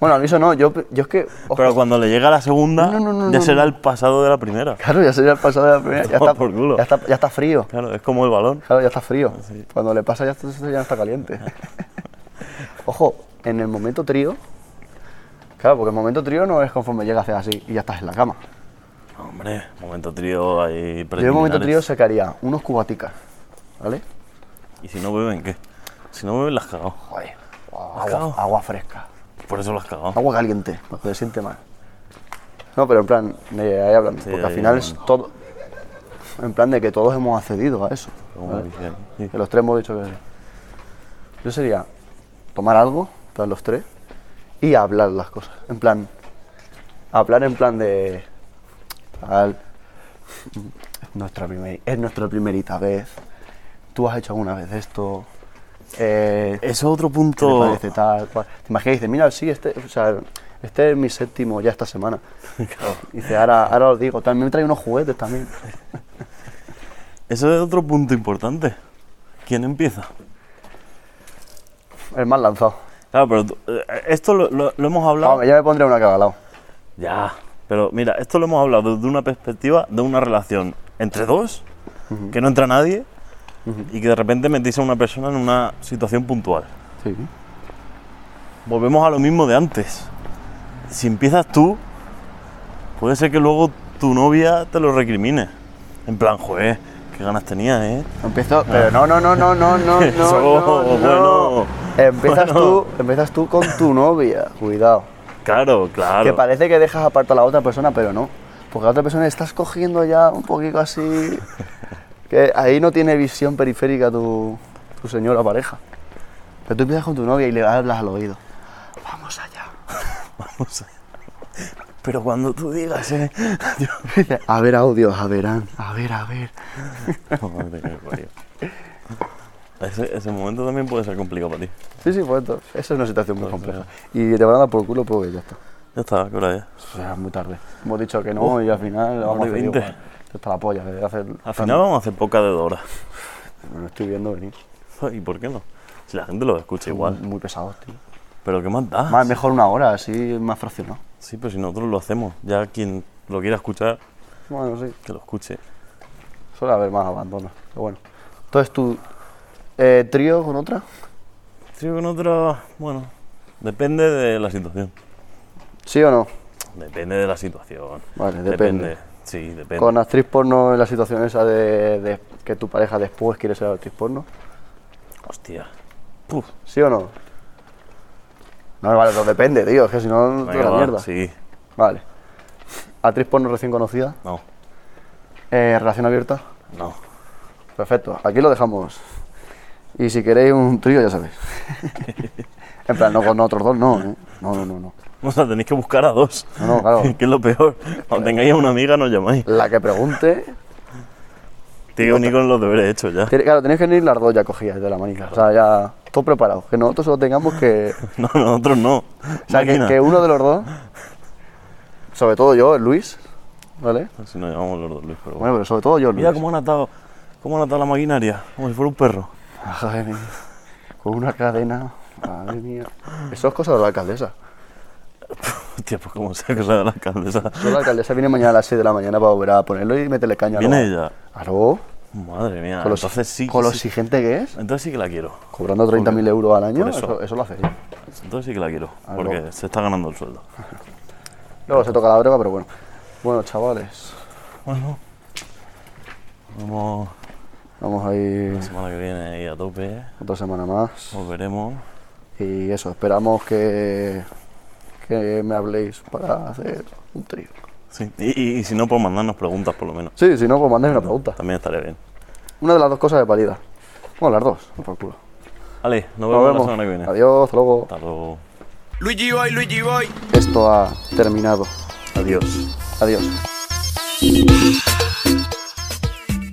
S1: Bueno, aviso no, yo, yo es que. ojo,
S2: Pero cuando le llega la segunda,
S1: No, no, no,
S2: ya
S1: no,
S2: será el pasado de la primera.
S1: Claro, ya sería el pasado de la primera. Ya
S2: Toma
S1: está,
S2: por culo.
S1: Ya, está, ya está frío.
S2: Claro, es como el balón.
S1: Claro, ya está frío. Cuando le pasa ya, está- ya no está caliente. Ojo, en el momento trío. Claro, porque el momento trío no es conforme llegas hacer así y ya estás en la cama.
S2: Hombre, momento trío ahí
S1: Yo en el momento trío
S2: preliminares.
S1: sacaría unos cubaticas. ¿Vale?
S2: ¿Y si no beben qué? Si no beben, las has cagado.
S1: Joder.
S2: Claro.
S1: Agua, agua fresca.
S2: Por eso las has cagado.
S1: Agua caliente, para que se siente mal. No, pero en plan, de ahí hablando.
S2: Sí,
S1: porque al
S2: ahí
S1: final es todo. En plan de que todos hemos accedido a eso.
S2: Como
S1: ¿vale?
S2: dicen. Sí.
S1: Que los tres hemos dicho que Yo sería tomar algo, para los tres, y hablar las cosas. En plan, hablar en plan de. tal, nuestra primer, es nuestra primerita vez. Tú has hecho alguna vez esto. Eh,
S2: Eso es otro
S1: ¿qué te
S2: punto.
S1: parece tal cual? Te imaginas y dices, mira, sí, este, o sea, este es mi séptimo ya esta semana. Y dice, ahora, ahora os digo, también me trae unos juguetes también.
S2: Eso es otro punto importante. ¿Quién empieza?
S1: El más lanzado.
S2: Claro, pero tú- eh, esto lo, lo- lo hemos hablado.
S1: Vamos, ya Ah, me pondré una caga al lado.
S2: Ya, pero mira, esto lo hemos hablado desde una perspectiva de una relación entre dos, que no entra nadie, y que de repente metís a una persona en una situación puntual.
S1: Sí.
S2: Volvemos a lo mismo de antes. Si empiezas tú, puede ser que luego tu novia te lo recrimine. En plan, joder, qué ganas tenías, ¿eh?
S1: Empiezo, pero no, no, no, no, no, no, no,
S2: Eso,
S1: no, no.
S2: bueno,
S1: Empiezas
S2: bueno.
S1: tú, empiezas tú con tu novia, cuidado.
S2: Claro, claro.
S1: Que parece que dejas aparte a la otra persona, pero no. Porque la otra persona estás cogiendo ya un poquito así. Que ahí no tiene visión periférica tu, tu señora pareja. Pero tú empiezas con tu novia y le hablas al oído. Vamos allá.
S2: Vamos a- Pero cuando tú digas, ¿eh? Yo-
S1: Dice, a ver audios, a verán, a ver, a ver.
S2: Madre que me parió. Ese, ese momento también puede ser complicado para ti.
S1: Sí, sí, pues esto- eso es una situación muy compleja.
S2: eh.
S1: Y te van a dar por culo porque ya está.
S2: Ya está, ¿qué hora es?
S1: O sea, es muy tarde. Hemos dicho que no y al final lo vamos a
S2: hora y
S1: hacer
S2: veinte.
S1: igual. Esto está la polla. desde hace-
S2: Al final vamos a hacer poca de dos horas.
S1: Me lo estoy viendo venir.
S2: ¿Y por qué no? Si la gente lo escucha igual.
S1: Muy pesados, tío.
S2: Pero ¿qué más da?
S1: Mm. Más, mejor una hora, así más fraccionado.
S2: Sí, pero si nosotros lo hacemos. Ya quien lo quiera escuchar,
S1: Bueno, sí.
S2: que lo escuche.
S1: Suele haber más abandono. Pero bueno. Entonces tú, eh, trío con otra.
S2: Trío con otra, bueno, depende de la situación.
S1: ¿Sí o no?
S2: Depende de la situación.
S1: Vale, depende.
S2: Sí, depende.
S1: Con actriz porno en la situación esa de, de que tu pareja después quiere ser actriz porno.
S2: Hostia. Puf.
S1: ¿Sí o no? No, vale, no depende, tío. Es que si no, no te
S2: Venga,
S1: la
S2: va,
S1: mierda.
S2: Sí,
S1: Vale. Actriz porno recién conocida.
S2: no,
S1: Eh, relación abierta.
S2: no.
S1: Perfecto, aquí lo dejamos. Y si queréis un trío, ya sabéis. en plan, no con otros dos, no, ¿eh? No, no, no, no.
S2: O sea, tenéis que buscar a dos.
S1: No, no, claro.
S2: que es lo peor. Cuando tengáis a una amiga, nos llamáis.
S1: La que pregunte.
S2: Tiene que venir con los deberes hechos ya.
S1: tiene- Claro, tenéis que venir las dos ya cogidas de la manija. O sea, ya todo preparado. Que nosotros solo tengamos que.
S2: No, nosotros no.
S1: O sea, que,
S2: Máquina.
S1: que uno de los dos, sobre todo yo, el Luis, ¿vale?
S2: Si no llevamos los dos, Luis, pero bueno.
S1: Bueno, pues- pero sobre todo yo, Luis.
S2: Mira cómo han atado, cómo han atado la maquinaria, como si fuera un perro.
S1: Madre mía. Con una cadena. Madre mía. Eso es cosa de la alcaldesa.
S2: Hostia, pues como sea cosa de la alcaldesa.
S1: Yo la alcaldesa viene mañana a las 6 de la mañana para volver a ponerlo y meterle caña. a lo-
S2: Viene ella.
S1: Claro.
S2: Madre mía,
S1: Con lo,
S2: Ah, entonces sí,
S1: con lo
S2: sí-
S1: exigente que es,
S2: entonces sí que la quiero.
S1: cobrando 30.000 euros al año,
S2: por eso.
S1: eso. eso lo hace. sí.
S2: Entonces sí que la quiero,
S1: Ah,
S2: porque
S1: no.
S2: se está ganando el sueldo.
S1: Luego se toca la breva, pero bueno. Bueno, chavales,
S2: Bueno, vamos
S1: vamos a ir
S2: la semana que viene ahí a tope, ¿eh?
S1: otra semana más.
S2: volveremos.
S1: Y eso, esperamos que, que me habléis para hacer un trío.
S2: Sí. Y, y- y si no, por mandarnos preguntas por lo menos.
S1: Sí, si no, pues mandáis una pregunta.
S2: También estaré bien.
S1: Una de las dos cosas de parida. Bueno, las dos, no por culo.
S2: Vale, nos
S1: Nos
S2: vemos, la
S1: vemos.
S2: semana que viene.
S1: Adiós, hasta luego.
S2: Hasta luego.
S4: Luigi Boy, Luigi Boy.
S1: Esto ha terminado. Adiós. Adiós.